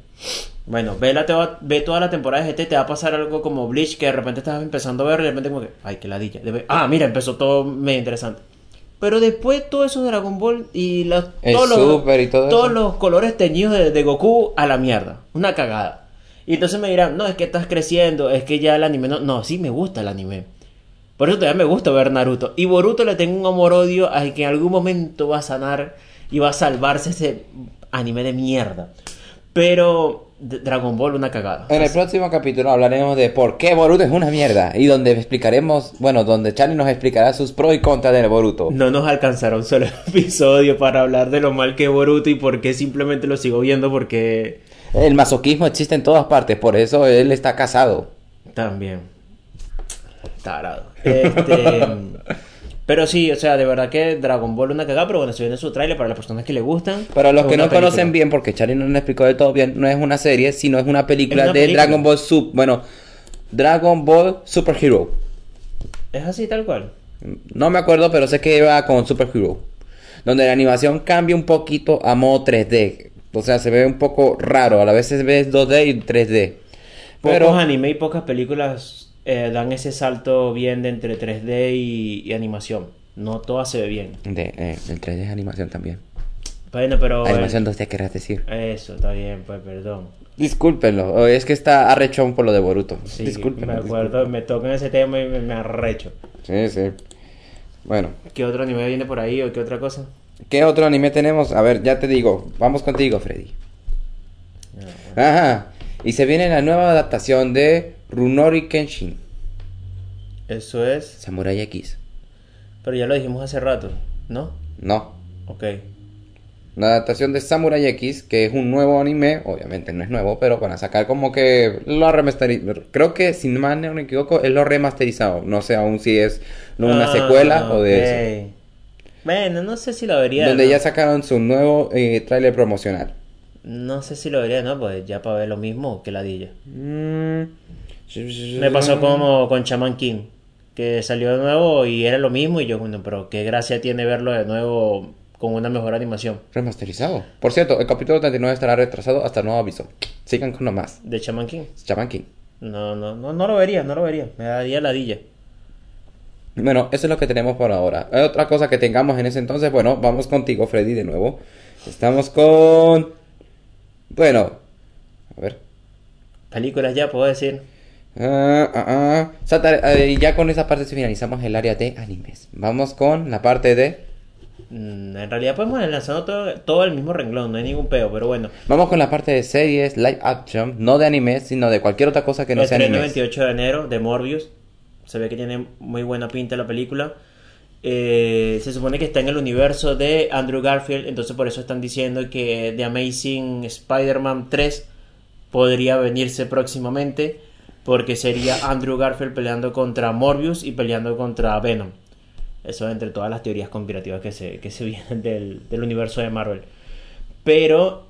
Bueno, ve, la- te va- ve toda la temporada de GT, te va a pasar algo como Bleach, que de repente estás empezando a ver y de repente como que, ay, qué ladilla. De- ah, mira, empezó todo medio interesante. Pero después todo eso de Dragon Ball y los, El todos, Super los, y todo todos eso. los colores teñidos de, de Goku a la mierda. Una cagada. Y entonces me dirán, no, es que estás creciendo, es que ya el anime no... No, sí me gusta el anime. Por eso todavía me gusta ver Naruto. Y Boruto le tengo un amor-odio al que en algún momento va a sanar y va a salvarse ese anime de mierda. Pero D- Dragon Ball una cagada. En el próximo capítulo hablaremos de por qué Boruto es una mierda. Y donde explicaremos, bueno, donde Charlie nos explicará sus pros y contras de Boruto. No nos alcanzará un solo episodio para hablar de lo mal que es Boruto y por qué simplemente lo sigo viendo porque El masoquismo existe en todas partes, por eso él está casado. También. Tarado. Este, pero sí, o sea, de verdad que Dragon Ball una cagada, pero bueno, se viene su tráiler para las personas que le gustan. Para los Es que una no conocen película. bien, porque Charlie no lo explicó del todo bien, no es una serie, sino es una película Es una de película. Dragon Ball Super. Bueno, Dragon Ball Super Hero. Es así, tal cual. No me acuerdo, pero sé que iba con Super Hero. Donde la animación cambia un poquito a modo 3D. O sea, se ve un poco raro. A la vez se ve 2D y 3D. Pocos Pero anime y pocas películas eh, dan ese salto bien de entre 3D y, y animación. No todas se ve bien. de, eh, el 3D es animación también. Bueno, pero. eh, Animación 2D, querrás decir. Eso, está bien, pues, perdón. Discúlpenlo, o es que está arrechón por lo de Boruto. Sí, Discúlpenlo. me acuerdo, me tocan ese tema y me, me arrecho. discúlpenlo. Sí, sí. Bueno, ¿Qué otro anime viene por ahí o qué otra cosa? ¿qué otro anime tenemos? A ver, ya te digo, vamos contigo, Freddy. Ah, Ajá. Y se viene la nueva adaptación de Runori Kenshin, Eso es. Samurai X. Pero ya lo dijimos hace rato, ¿no? No, Ok. una adaptación de Samurai X, que es un nuevo anime, obviamente no es nuevo, pero van a sacar como que lo remasterizado. Creo que, si mal no me equivoco, es lo remasterizado. No sé aún si es una Ah, secuela o de eso. ok. Bueno, no sé si lo vería. donde ¿no? ya sacaron su nuevo eh, tráiler promocional. No sé si lo vería, ¿no? Pues ya para ver lo mismo que ladilla. Me Mm. Me pasó como con Chaman King, que salió de nuevo y era lo mismo y yo, bueno, pero qué gracia tiene verlo de nuevo con una mejor animación Remasterizado. Por cierto, el capítulo 39 estará retrasado hasta nuevo aviso. Sigan con nomás. de Chaman King. Chaman King. No, no, no, no lo vería, no lo vería. Me daría ladilla. Bueno, eso es lo que tenemos por ahora. Eh, Otra cosa que tengamos en ese entonces, bueno, vamos contigo, Freddy, de nuevo. Estamos con... Bueno, a ver. Películas ya, puedo decir. Ah, ah, ah. Satar- eh, ya con esa parte finalizamos el área de animes. Vamos con la parte de... Mm, En realidad podemos ir lanzando todo, todo el mismo renglón, no hay ningún peo, pero bueno. Vamos con la parte de series, live action, no de animes, sino de cualquier otra cosa que no sea Estreno el animes. 28 de enero de Morbius. Se ve que tiene muy buena pinta la película. Eh, se supone que está en el universo de Andrew Garfield, entonces por eso están diciendo que The Amazing Spider-Man 3 podría venirse próximamente, porque sería Andrew Garfield peleando contra Morbius y peleando contra Venom. Eso entre todas las teorías conspirativas que se, que se vienen del, del universo de Marvel. Pero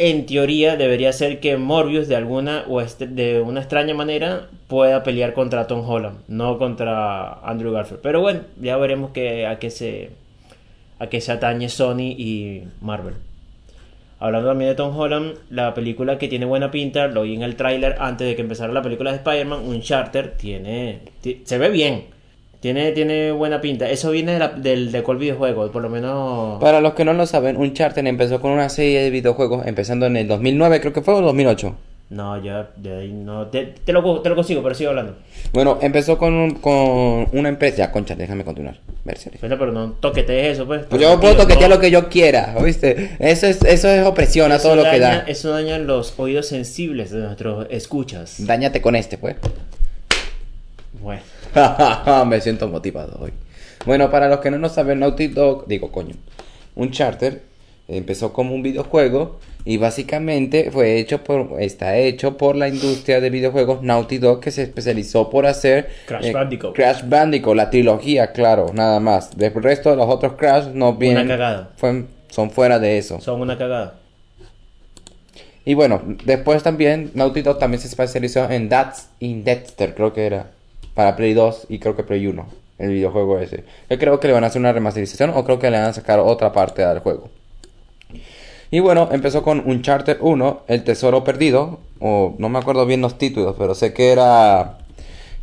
en teoría debería ser que Morbius de alguna o este- de una extraña manera pueda pelear contra Tom Holland, no contra Andrew Garfield. Pero bueno, ya veremos que, a qué se a qué se atañe Sony y Marvel. Hablando también de Tom Holland, la película que tiene buena pinta, lo vi en el tráiler antes de que empezara la película de Spider-Man, Uncharted, tiene, ti- se ve bien. Tiene, tiene buena pinta. Eso viene de la- del de cuál videojuego, por lo menos Para los que no lo saben, Uncharted empezó con una serie de videojuegos empezando en el 2009, creo que fue, o 2008. No, yo de ahí no. Te, te lo, co- te lo consigo, pero sigo hablando. Bueno, empezó con, un- con una empresa. Ya, concha, déjame continuar. Ver series. Bueno, pero no toquetees eso, pues. Pues yo puedo toquetear lo que yo quiera, ¿oíste? Eso es, eso es opresión a todo lo que da. Eso daña los oídos sensibles de nuestros escuchas. Dañate con este, pues. Bueno, Me siento motivado hoy. Bueno, para los que no lo saben, Naughty Dog, digo, coño, un charter empezó como un videojuego y básicamente fue hecho por, está hecho por la industria de videojuegos Naughty Dog que se especializó por hacer eh, Crash Bandicoot. Crash Bandicoot, la trilogía, claro, nada más. Del resto de los otros Crash no vienen, cagada. fue- son fuera de eso. son una cagada. Y bueno, después también Naughty Dog también se especializó en That's in Dexter, creo que era. Para Play 2 y creo que Play 1, el videojuego ese. Yo creo que le van a hacer una remasterización o creo que le van a sacar otra parte del juego. Y bueno, empezó con Uncharted 1, El Tesoro Perdido, o no me acuerdo bien los títulos, pero sé que era...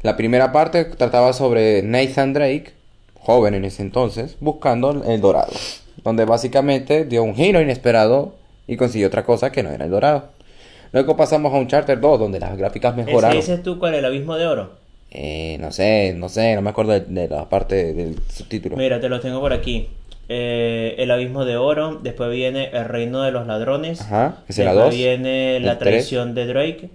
La primera parte trataba sobre Nathan Drake, joven en ese entonces, buscando el dorado, donde básicamente dio un giro inesperado y consiguió otra cosa que no era el dorado. Luego pasamos a Uncharted 2, donde las gráficas ¿Ese mejoraron. dices tú cuál el abismo de oro? Eh, no sé, no sé, no me acuerdo de, de la parte del subtítulo. Mira, te los tengo por aquí. Eh, el abismo de oro. Después viene el reino de los ladrones. Ajá, esa es la Después dos, viene la el tres. traición de Drake.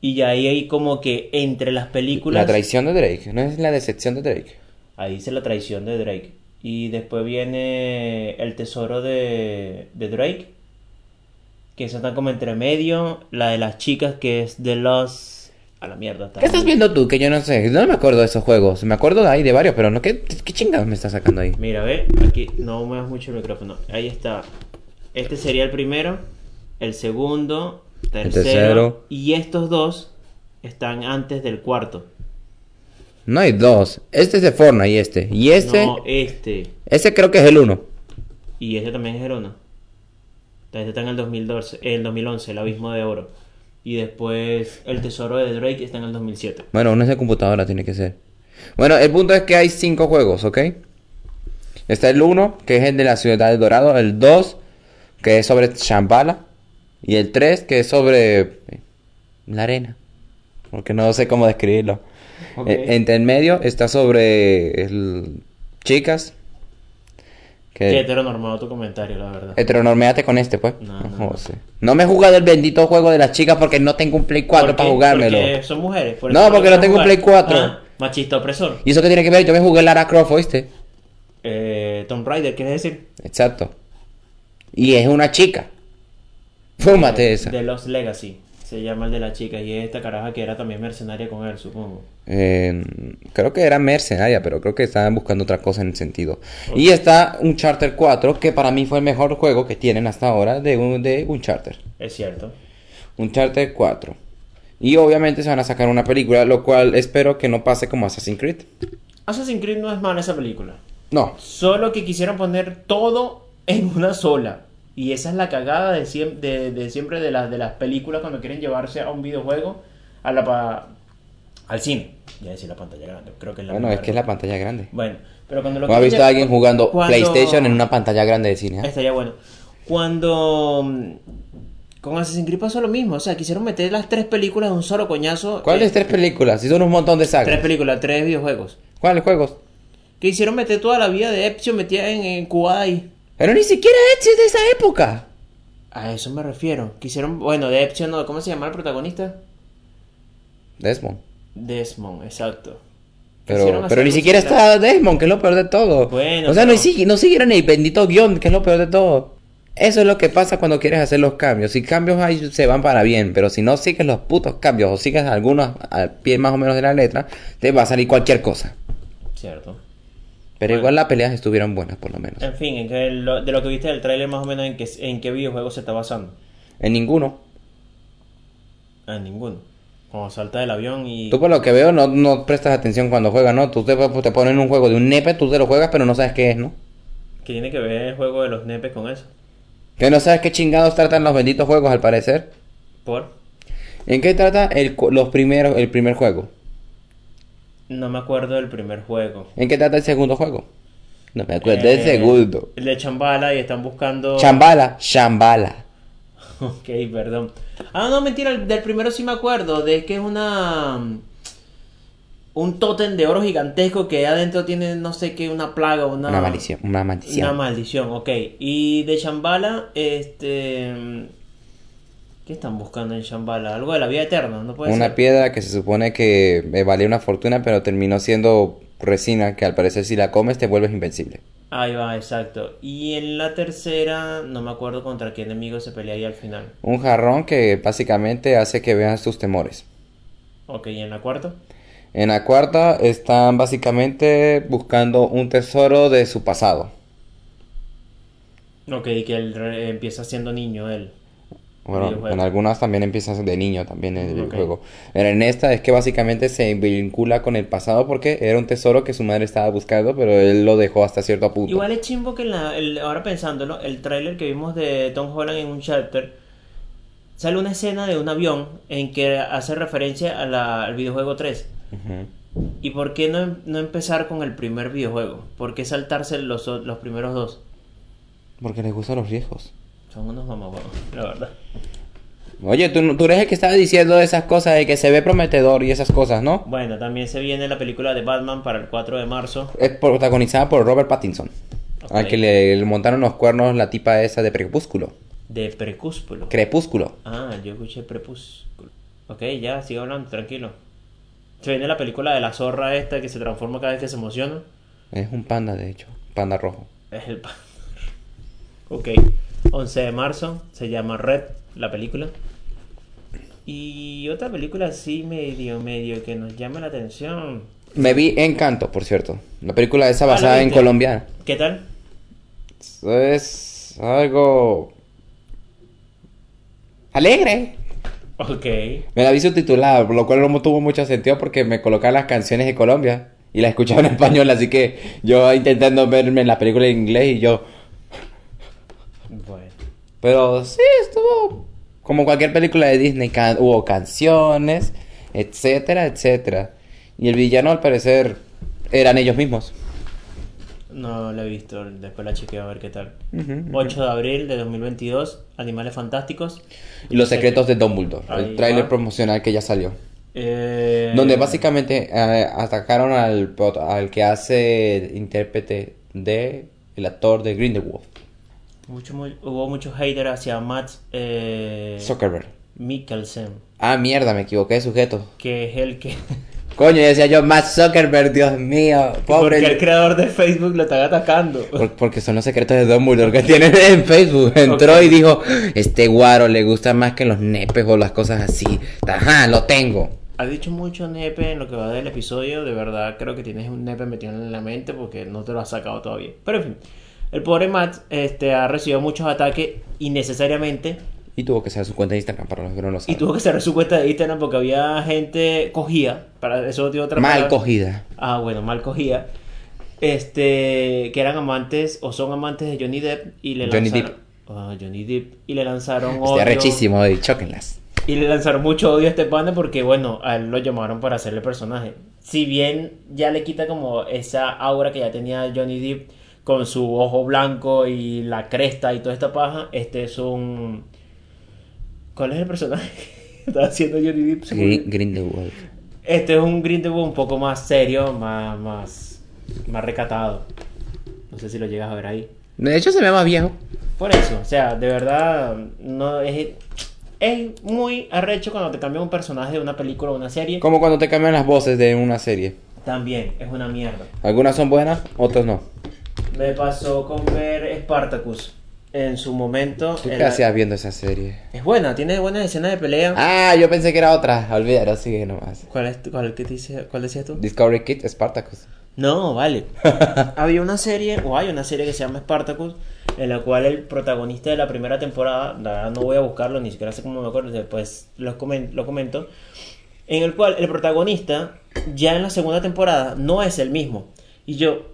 Y ya ahí hay como que entre las películas. La traición de Drake, no es la decepción de Drake. Ahí dice la traición de Drake. Y después viene el tesoro de, de Drake. Que eso está como entre medio. La de las chicas que es de los... A la mierda. está ¿Qué estás mal. viendo tú? Que yo no sé, no me acuerdo de esos juegos. Me acuerdo de ahí de varios, pero no, ¿qué, qué chingados me estás sacando ahí? Mira, ve. Aquí no muevas mucho el micrófono. Ahí está. Este sería el primero. El segundo. Tercero. tercero. Y estos dos están antes del cuarto. No hay dos. Este es de Fortnite y este. Y este, No, este. ese creo que es el uno. Y este también es el 1. Este está en el 2012, en el 2011, el Abismo de Oro. Y después el Tesoro de Drake está en el 2007. Bueno, uno es de computadora, tiene que ser. Bueno, el punto es que hay cinco juegos, ¿ok? Está el uno, que es el de la ciudad de Dorado. El dos, que es sobre Shambhala. Y el 3, que es sobre eh, la arena. Porque no sé cómo describirlo. Ok. E- entre el medio está sobre el- chicas. Que Qué heteronormado tu comentario, la verdad. Heteronormeate con este, pues. No, no, Ojo, no. sí. No me he jugado el bendito juego de las chicas porque no tengo un Play 4 ¿Por para qué? jugármelo. Porque son mujeres. por No, eso porque no pueden tengo un jugar. Play 4. Ah, machista opresor. ¿Y eso qué tiene que ver? Yo me jugué Lara Croft, ¿oíste? Eh, Tomb Raider, ¿quieres decir? Exacto. Y es una chica. Fúmate esa. De los Legacy. Se llama el de la chica. Y es esta caraja que era también mercenaria con él, supongo. Eh, creo que era mercenaria, pero creo que estaban buscando otra cosa en el sentido. Y está un Charter 4, que para mí fue el mejor juego que tienen hasta ahora de un, de un Charter. Es cierto. Un Charter 4. Y obviamente se van a sacar una película, lo cual espero que no pase como Assassin's Creed. Assassin's Creed no es mala esa película. No, Solo que quisieron poner todo en una sola. Y esa es la cagada de, siem- de- de siempre de, las de las películas cuando quieren llevarse a un videojuego a la pa- al cine. Ya decía la pantalla grande, creo que es la bueno, es primera. que es la pantalla grande. Bueno, pero cuando lo ¿No ha quieren visto a lle- alguien jugando cuando- PlayStation en una pantalla grande de cine? ah? Estaría bueno. Cuando mm, con Assassin's Creed pasó lo mismo, o sea, quisieron meter las tres películas de un solo coñazo. eh, ¿Cuáles tres películas? Si son un montón de tres sagas. películas, tres videojuegos. ¿Cuáles juegos? Que hicieron meter toda la vida de Ezio metida en, en Cuba ahí. Pero ni siquiera Ezio es de esa época. A eso me refiero. Quisieron, bueno, de Epsilon, no, ¿cómo se llama el protagonista? Desmond. Desmond, exacto. Quisieron Pero, hacer pero ni algo siquiera similar. está Desmond, que es lo peor de todo. Bueno, o sea, no, pero- sigui- no siguieron el bendito guión, que es lo peor de todo. Eso es lo que pasa cuando quieres hacer los cambios. Si cambios hay, se van para bien, pero si no sigues los putos cambios o sigues algunos al pie más o menos de la letra, te va a salir cualquier cosa. Cierto. Pero igual las peleas estuvieron buenas, por lo menos. En fin, en que lo- de lo que viste del tráiler más o menos en qué, en qué videojuego se está basando. Ah, En ninguno. En ninguno. Cuando salta del avión y... Tú por lo que veo no, no prestas atención cuando juegas, ¿no? Tú te, pues, te ponen un juego de un nepe, tú te lo juegas, pero no sabes qué es, ¿no? Que tiene que ver el juego de los nepes con eso. Que no sabes qué chingados tratan los benditos juegos, al parecer. Por... ¿En qué trata el, cu- los primeros, el primer juego? No me acuerdo del primer juego. ¿En qué trata el segundo juego? No me acuerdo Eh, del segundo. El de Chambala y están buscando... Chambala, Chambala. Ok, perdón. Ah, no, mentira, el- del primero sí me acuerdo, de que es una... mm, Un tótem de oro gigantesco que adentro tiene, no sé qué, una plaga, una... Una maldición, una Una maldición. maldición, ok. Y de Shambhala, este... ¿Qué están buscando en Shambhala? Algo de la vida eterna, ¿no puede una ser? piedra que se supone que eh, valía una fortuna, pero terminó siendo resina, que al parecer si la comes te vuelves invencible. Ahí va, exacto. Y en la tercera, no me acuerdo contra qué enemigo se pelea ahí al final. Un jarrón que básicamente hace que veas tus temores. Ok, ¿y en la cuarta? En la cuarta están básicamente buscando un tesoro de su pasado. Ok, que él re- empieza siendo niño él. Bueno, Videojuego. en algunas también empiezas de niño también en el Ok. juego. Pero en esta es que básicamente se vincula con el pasado porque era un tesoro que su madre estaba buscando, pero él lo dejó hasta cierto punto. Igual es chimbo que en la, el- ahora pensándolo, el tráiler que vimos de Tom Holland en un chapter, sale una escena de un avión en que hace referencia a la- al videojuego 3. Ujú. ¿Y por qué no, em- no empezar con el primer videojuego? ¿Por qué saltarse los, o- los primeros dos? Porque les gustan los riesgos. Son unos mamahuevos, la verdad. Oye, tú, no- tú eres el que estaba diciendo esas cosas de que se ve prometedor y esas cosas, ¿no? Bueno, también se viene la película de Batman para el 4 de marzo. Es protagonizada por Robert Pattinson, al Ok. que le, le montaron los cuernos la tipa esa de Crepúsculo. De Precúspulo. Crepúsculo. Ah, yo escuché Crepúsculo. Ok, ya, sigue hablando, tranquilo. Se viene la película de la zorra esta que se transforma cada vez que se emociona. Es un panda, de hecho. Panda rojo. Es el pan. Ok. 11 de marzo. Se llama Red, la película. Y otra película así medio, medio que nos llama la atención. Me vi Encanto, por cierto. La película esa Ah, ¿la basada en viste? colombiana. ¿Qué tal? Es algo alegre. Ok. Me la vi subtitulada, por lo cual no tuvo mucho sentido porque me colocaban las canciones de Colombia y las escuchaba en español, así que yo intentando verme la película en inglés y yo... Bueno. Pero sí, estuvo como cualquier película de Disney, can- hubo canciones, etcétera, etcétera. Y el villano al parecer eran ellos mismos. No la he visto, después la chequeo a ver qué tal. 8 de abril de 2022, Animales Fantásticos. Y los secretos de Dumbledore, Ahí el tráiler va. promocional que ya salió. Eh, Donde básicamente eh, atacaron al, prot- al que hace el intérprete de el actor de Grindelwald, mucho, mu- hubo muchos haters hacia Matt eh, Zuckerberg. Mikkelsen, Ah, mierda, me equivoqué de sujeto. que es el que. Coño, decía yo, Matt Zuckerberg, Dios mío, pobre. Porque el creador de Facebook lo está atacando. Por- Porque son los secretos de Dumbledore que tienen en Facebook. Entró Ok. y dijo, este guaro le gusta más que los nepes o las cosas así. Ajá, lo tengo. Ha dicho mucho nepe en lo que va del episodio. De verdad, creo que tienes un nepe metido en la mente porque no te lo has sacado todavía. Pero en fin, el pobre Matt este, ha recibido muchos ataques innecesariamente Y tuvo que ser su cuenta de Instagram para los que no lo y saben. tuvo que cerrar su cuenta de Instagram porque había gente cogida. Para eso tiene otra Mal palabra. cogida. Ah, bueno, mal cogida. Este, que eran amantes o son amantes de Johnny Depp y le Johnny lanzaron. Ah, Johnny Depp. Y le lanzaron Está odio. rechísimo y Este eh, chóquenlas. Y le lanzaron mucho odio a este pana porque, bueno, a él lo llamaron para hacerle personaje. Si bien ya le quita como esa aura que ya tenía Johnny Depp con su ojo blanco y la cresta y toda esta paja, este es un... ¿Cuál es el personaje que está haciendo Johnny Depp? Se me Gri- olvidó. Grindelwald. Este es un Grindelwald un poco más serio, más, más, más recatado. No sé si lo llegas a ver ahí. De hecho, se ve más viejo. Por eso, o sea, de verdad, no es, es muy arrecho cuando te cambian un personaje de una película o una serie. Como cuando te cambian las voces de una serie. También, es una mierda. Algunas son buenas, otras no. Me pasó con ver Spartacus en su momento. ¿Tú qué era- hacías viendo esa serie? Es buena, tiene buenas escenas de pelea. Ah, yo pensé que era otra. Olvídalo, sigue nomás. ¿Cuál, es, tu- cuál, que te dice- ¿Cuál decías tú? Discovery Kid, Spartacus. No, vale. Había una serie, o hay una serie que se llama Spartacus, en la cual el protagonista de la primera temporada, la verdad no voy a buscarlo, ni siquiera sé cómo me acuerdo, después lo, comen- lo comento, en el cual el protagonista, ya en la segunda temporada, no es el mismo. Y yo,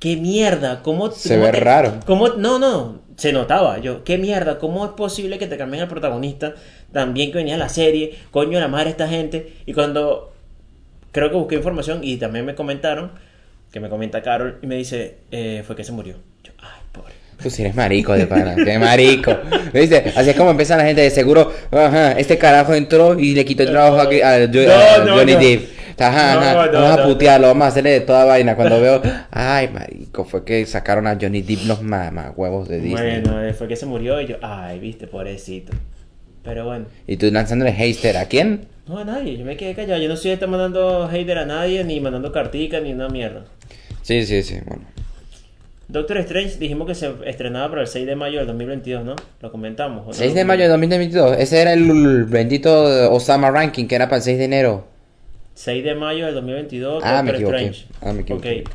qué mierda, cómo... Se cómo ve raro. cómo- no, no, se notaba. Yo, qué mierda, cómo es posible que te cambien el protagonista, también que venía la serie, coño la madre esta gente, y cuando creo que busqué información y también me comentaron, que me comenta Carol y me dice, eh, fue que se murió. Yo, ay, pobre. Tú sí eres marico de pana, qué marico. ¿Viste? Así es como empieza la gente de seguro. Ajá, este carajo entró y le quitó el trabajo aquí a, Jo- a No, no, Johnny no. Depp. Ajá, No, ajá, no, vamos a no, putearlo, vamos a hacerle de toda vaina. Cuando veo, ay, marico, fue que sacaron a Johnny Depp los huevos de Disney. Bueno, eh, fue que se murió y yo, ay, viste, pobrecito. Pero bueno, Y tú lanzándole hater, ¿a quién? no a nadie, yo me quedé callado. Yo no soy de estar mandando hater a nadie, ni mandando carticas, ni una mierda. Sí, sí, sí, bueno. Doctor Strange dijimos que se estrenaba para el 6 de mayo del 2022, ¿no? Lo comentamos. ¿o no? 6 de mayo de 2022, ese era el bendito Osama Ranking que era para el 6 de enero. 6 de mayo del 2022, Ah, me Doctor equivoqué. Strange. Ah, me equivoqué. Ok.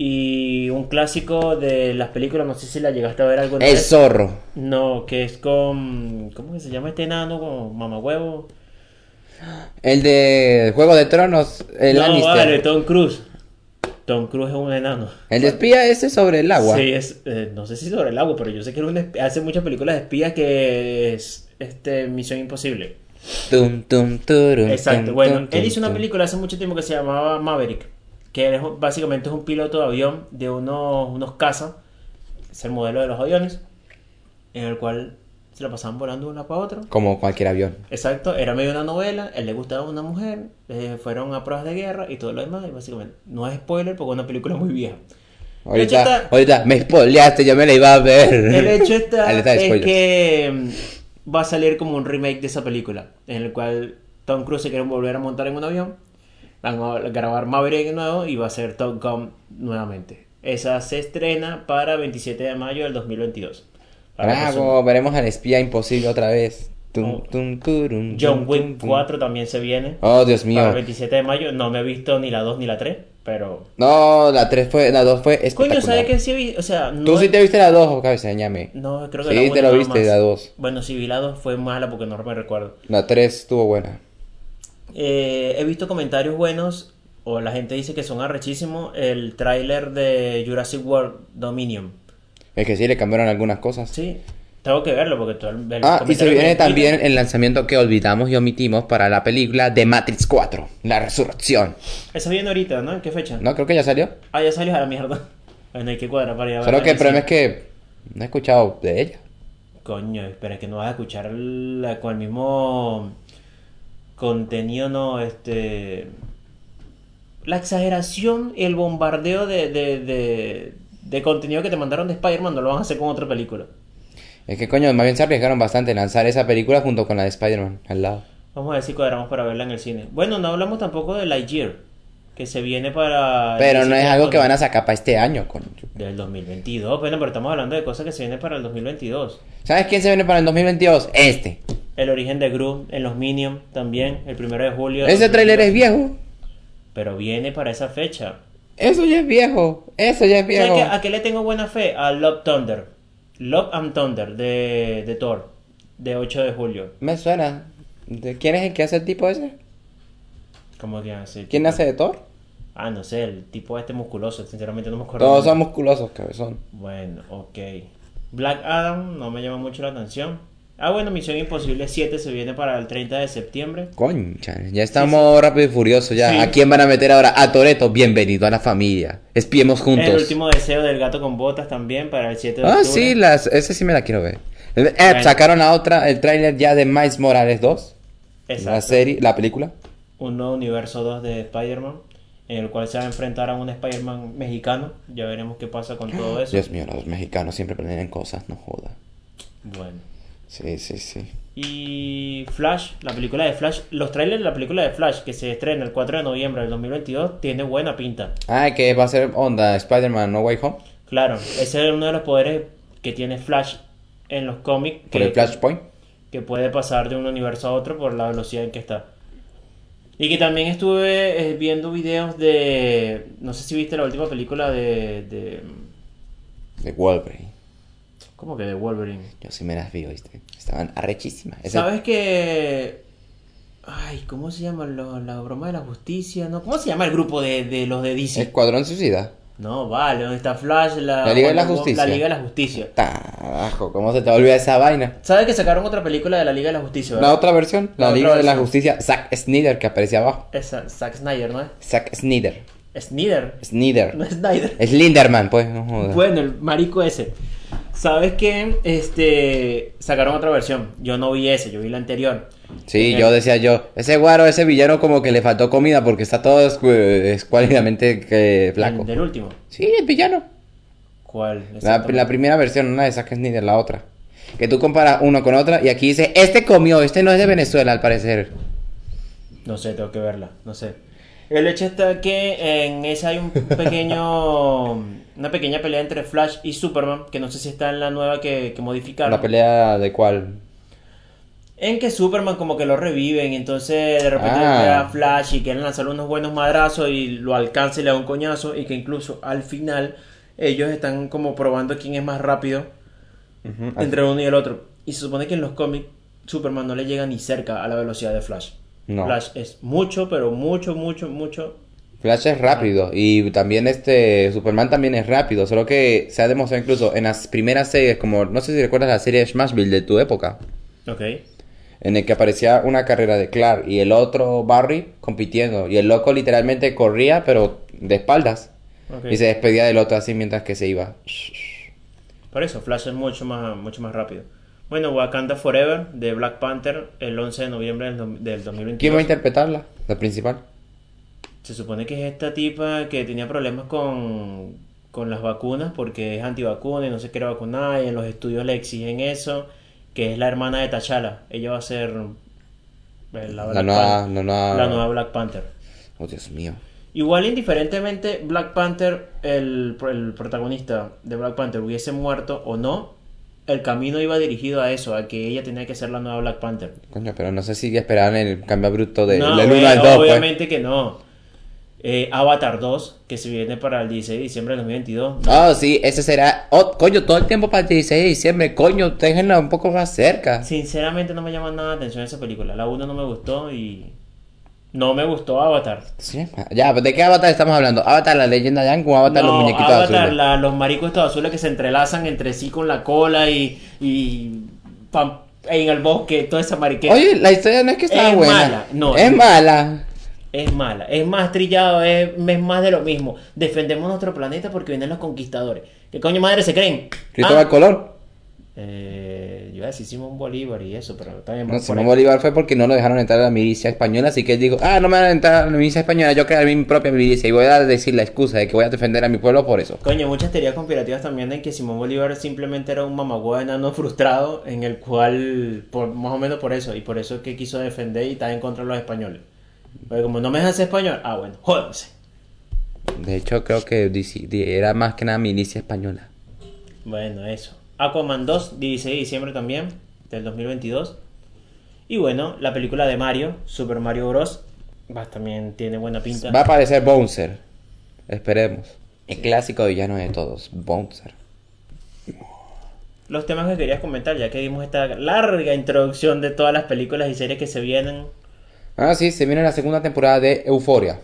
Y un clásico de las películas, no sé si la llegaste a ver alguna El vez. zorro. No, que es con. ¿Cómo que se llama este enano? Como mamahuevo. El de Juego de Tronos, el no, Lannister. vale, Tom Cruise. Tom Cruise es un enano. El de espía ese sobre el agua. Sí, es. eh, no sé si sobre el agua, pero yo sé que era un esp- hace muchas películas de espías que es. Este, Misión Imposible. Tum, tum, turum, Exacto, tum, bueno, tum, él tum, hizo una tum. película hace mucho tiempo que se llamaba Maverick, que es, un- básicamente es un piloto de avión de unos, unos cazas, es el modelo de los aviones, en el cual se la pasaban volando de una para otra. Como cualquier avión. Exacto, era medio una novela, él le gustaba una mujer, eh, fueron a pruebas de guerra y todo lo demás, y básicamente, no es spoiler porque es una película muy vieja. Ahorita, hecho está- ahorita me spoileaste, yo me la iba a ver. El hecho está Ahí está, es spoilers. que mm, va a salir como un remake de esa película, en el cual Tom Cruise se quiere volver a montar en un avión, van a grabar Maverick de nuevo y va a ser Top Gun nuevamente. Esa se estrena para 27 de mayo del 2022. Para Bravo, veremos al espía imposible otra vez. Tum, Ah, Oh. tum, turum, eso, John tum, tum, Wick tum. 4 también se viene Oh, Dios para mío. el 27 de mayo. No me he visto ni la 2 ni la 3, pero... No, la 3 fue, la 2 fue Coño, ¿sabes espectacular. qué? Sí, vi- o sea, no Tú sí es- te viste la 2, cabezañame. No, creo que Sí, la uno te la nada viste, más. la dos. Bueno, sí, vi la 2 fue mala porque no me recuerdo. La 3 estuvo buena. Eh, he visto comentarios buenos, o la gente dice que son arrechísimos, el tráiler de Jurassic World Dominion. Es que sí le cambiaron algunas cosas. Sí, tengo que verlo porque todo el, el Ah, y se comentario viene que- también el lanzamiento que olvidamos y omitimos para la película de Matrix 4, La Resurrección. Eso viene ahorita, ¿no? ¿En qué fecha? No, creo que ya salió. Ah, ya salió a la mierda. Bueno, hay que cuadrar para ir a Solo verla que el sí. problema es que no he escuchado de ella. Coño, espera que no vas a escuchar la- con el mismo contenido, no, este... La exageración y el bombardeo de, de, de, de contenido que te mandaron de Spider-Man no lo van a hacer con otra película. Es que coño, más bien se arriesgaron bastante en lanzar esa película junto con la de Spider-Man al lado. Vamos a ver si cuadramos para verla en el cine. Bueno, no hablamos tampoco de Lightyear, que se viene para... el Pero no diecinueve es algo que de- van a sacar para este año, coño. Del 2022, bueno, pero estamos hablando de cosas que se vienen para el 2022. ¿Sabes quién se viene para el 2022? Este. El origen de Gru en los Minions también, el primero de julio. de Ese tráiler es 2022. viejo. Pero viene para esa fecha. Eso ya es viejo. Eso ya es ¿Sabes viejo. qué? ¿A qué le tengo buena fe? A Love Thunder. Love and Thunder de, de Thor, de 8 de julio. Me suena. ¿De quién es el que hace el tipo ese? ¿Cómo que hace? ¿Quién hace de Thor? Ah, no sé, el tipo este musculoso, sinceramente no me acuerdo. Todos el son nombre. musculosos, cabezón. Bueno, ok. Black Adam no me llama mucho la atención. Ah, bueno, Misión Imposible 7 se viene para el 30 de septiembre. Concha, ya estamos rápido y furioso ya. Sí. ¿A quién van a meter ahora? A Toreto, bienvenido a la familia. Espiemos juntos. El último deseo del gato con botas también para el 7 de Ah, octubre. sí, las, ese sí me la quiero ver. Eh, Bueno. sacaron la otra, el tráiler ya de Miles Morales 2. La Exacto. serie, la película. un nuevo universo 2 de Spider-Man, en el cual se va a enfrentar a un Spider-Man mexicano. Ya veremos qué pasa con todo eso. Dios mío, los mexicanos siempre planean cosas, no joda. Bueno. Sí, sí, sí. Y Flash, la película de Flash, los trailers de la película de Flash que se estrena el 4 de noviembre del 2022 tiene buena pinta. Ah, que va a ser onda Spider-Man No Way Home. Claro, ese es uno de los poderes que tiene Flash en los cómics Por que, el Flashpoint. que puede pasar de un universo a otro por la velocidad en que está. Y que también estuve eh, viendo videos de... No sé si viste la última película de- de De Wolverine. ¿Cómo que de Wolverine? Yo sí me las vi, ¿viste? Estaban arrechísimas. Ese- ¿Sabes que... Ay, ¿cómo se llama lo- la broma de la justicia? ¿No? ¿Cómo se llama el grupo de, de los de DC? Escuadrón Suicida. No, vale, donde está Flash, la... La Liga de la Wonder Wo- Justicia. La Liga de la Justicia. Tarajo, ¿cómo se te olvida esa vaina? ¿Sabes que sacaron otra película de la Liga de la Justicia? La otra versión, la, La otra Liga de la versión. Justicia, Zack Snyder que aparece abajo. Es Zack Snyder, ¿no Zack Snyder. es? Snyder. No Snyder. es Snyder. Slenderman, pues, no joda. Bueno, el marico ese. ¿Sabes qué? Este... Sacaron otra versión. Yo no vi ese, yo vi la anterior. Sí, Eh, yo decía yo, ese guaro, ese villano como que le faltó comida porque está todo escu- escuálidamente que flaco. el del último. Sí, el villano. ¿Cuál? La, Exactamente. la primera versión, una de Zack Snyder, la otra. Que tú comparas uno con otra y aquí dice, este comió, este no es de Venezuela al parecer. No sé, tengo que verla, no sé. El hecho está que en esa hay un pequeño. una pequeña pelea entre Flash y Superman, que no sé si está en la nueva que, que modificaron. ¿La pelea de cuál? En que Superman como que lo reviven, y entonces de repente Ah. llega Flash y quieren lanzarle unos buenos madrazos y lo alcanza y le da un coñazo, y que incluso al final ellos están como probando quién es más rápido Ah. entre uno y el otro. Y se supone que en los cómics Superman no le llega ni cerca a la velocidad de Flash. No. Flash es mucho, pero mucho, mucho, mucho Flash es Ah. rápido y también este Superman también es rápido, solo que se ha demostrado incluso en las primeras series, como no sé si recuerdas la serie de Smashville de tu época, Ok. en el que aparecía una carrera de Clark y el otro Barry compitiendo y el loco literalmente corría pero de espaldas ok. y se despedía del otro así mientras que se iba. Por eso, Flash es mucho más, mucho más rápido. Bueno, Wakanda Forever de Black Panther el 11 de noviembre del, do- del ¿Quién va a 2022. interpretarla? La principal. Se supone que es esta tipa que tenía problemas con, con las vacunas porque es antivacuna y no se quiere vacunar y en los estudios le exigen eso, que es la hermana de T'Challa. Ella va a ser eh, la, La Black nueva, Pan- la nueva- la nueva Black Panther. Oh Dios mío. Igual, indiferentemente, Black Panther, el, el protagonista de Black Panther, hubiese muerto o no, el camino iba dirigido a eso, a que ella tenía que ser la nueva Black Panther. Coño, pero no sé si esperaban el cambio abrupto de, No, del güey, 1 al pues. 2. obviamente que no. Eh, Avatar 2, que se viene para el 16 de diciembre de 2022. Oh, sí, ese será. Oh, coño, todo el tiempo para el 16 de diciembre. Coño, déjenla un poco más cerca. Sinceramente no me llama nada la atención esa película. La 1 no me gustó y... No me gustó Avatar. Sí, Ya, ¿de qué avatar estamos hablando? ¿Avatar la leyenda de Yang o Avatar No, los muñequitos Avatar, azules? la- los maricos estos azules que se entrelazan entre sí con la cola y, y pam- en el bosque, toda esa mariquera. Oye, la historia no es que estaba Es buena. mala, no. Es mala. es mala, es más trillado, es, es más de lo mismo. Defendemos nuestro planeta porque vienen los conquistadores. ¿Qué coño madre se creen? Cristóbal Ah, Colón. eh, yo iba a decir Simón Bolívar y eso, pero también No, Simón Bolívar fue porque no lo dejaron entrar a la milicia española, así que él dijo, ah, no me van a entrar a la milicia española, yo crearé mi propia milicia y voy a decir la excusa de que voy a defender a mi pueblo por eso. Coño, muchas teorías conspirativas también en que Simón Bolívar simplemente era un mamagüey enano frustrado en el cual, por, más o menos por eso, y por eso es que quiso defender y está en contra de los españoles. Porque como no me dejan ser español, ah bueno, jódanse. De hecho, creo que dici- di- era más que nada milicia española. Bueno, eso. Aquaman 2, 16 de diciembre también, del 2022. Y bueno, la película de Mario, Super Mario Bros. va- también tiene buena pinta. Va a aparecer Bouncer. Esperemos. El clásico villano de todos, Bouncer. Los temas que querías comentar, ya que dimos esta larga introducción de todas las películas y series que se vienen. Ah, sí, se viene la segunda temporada de Euforia.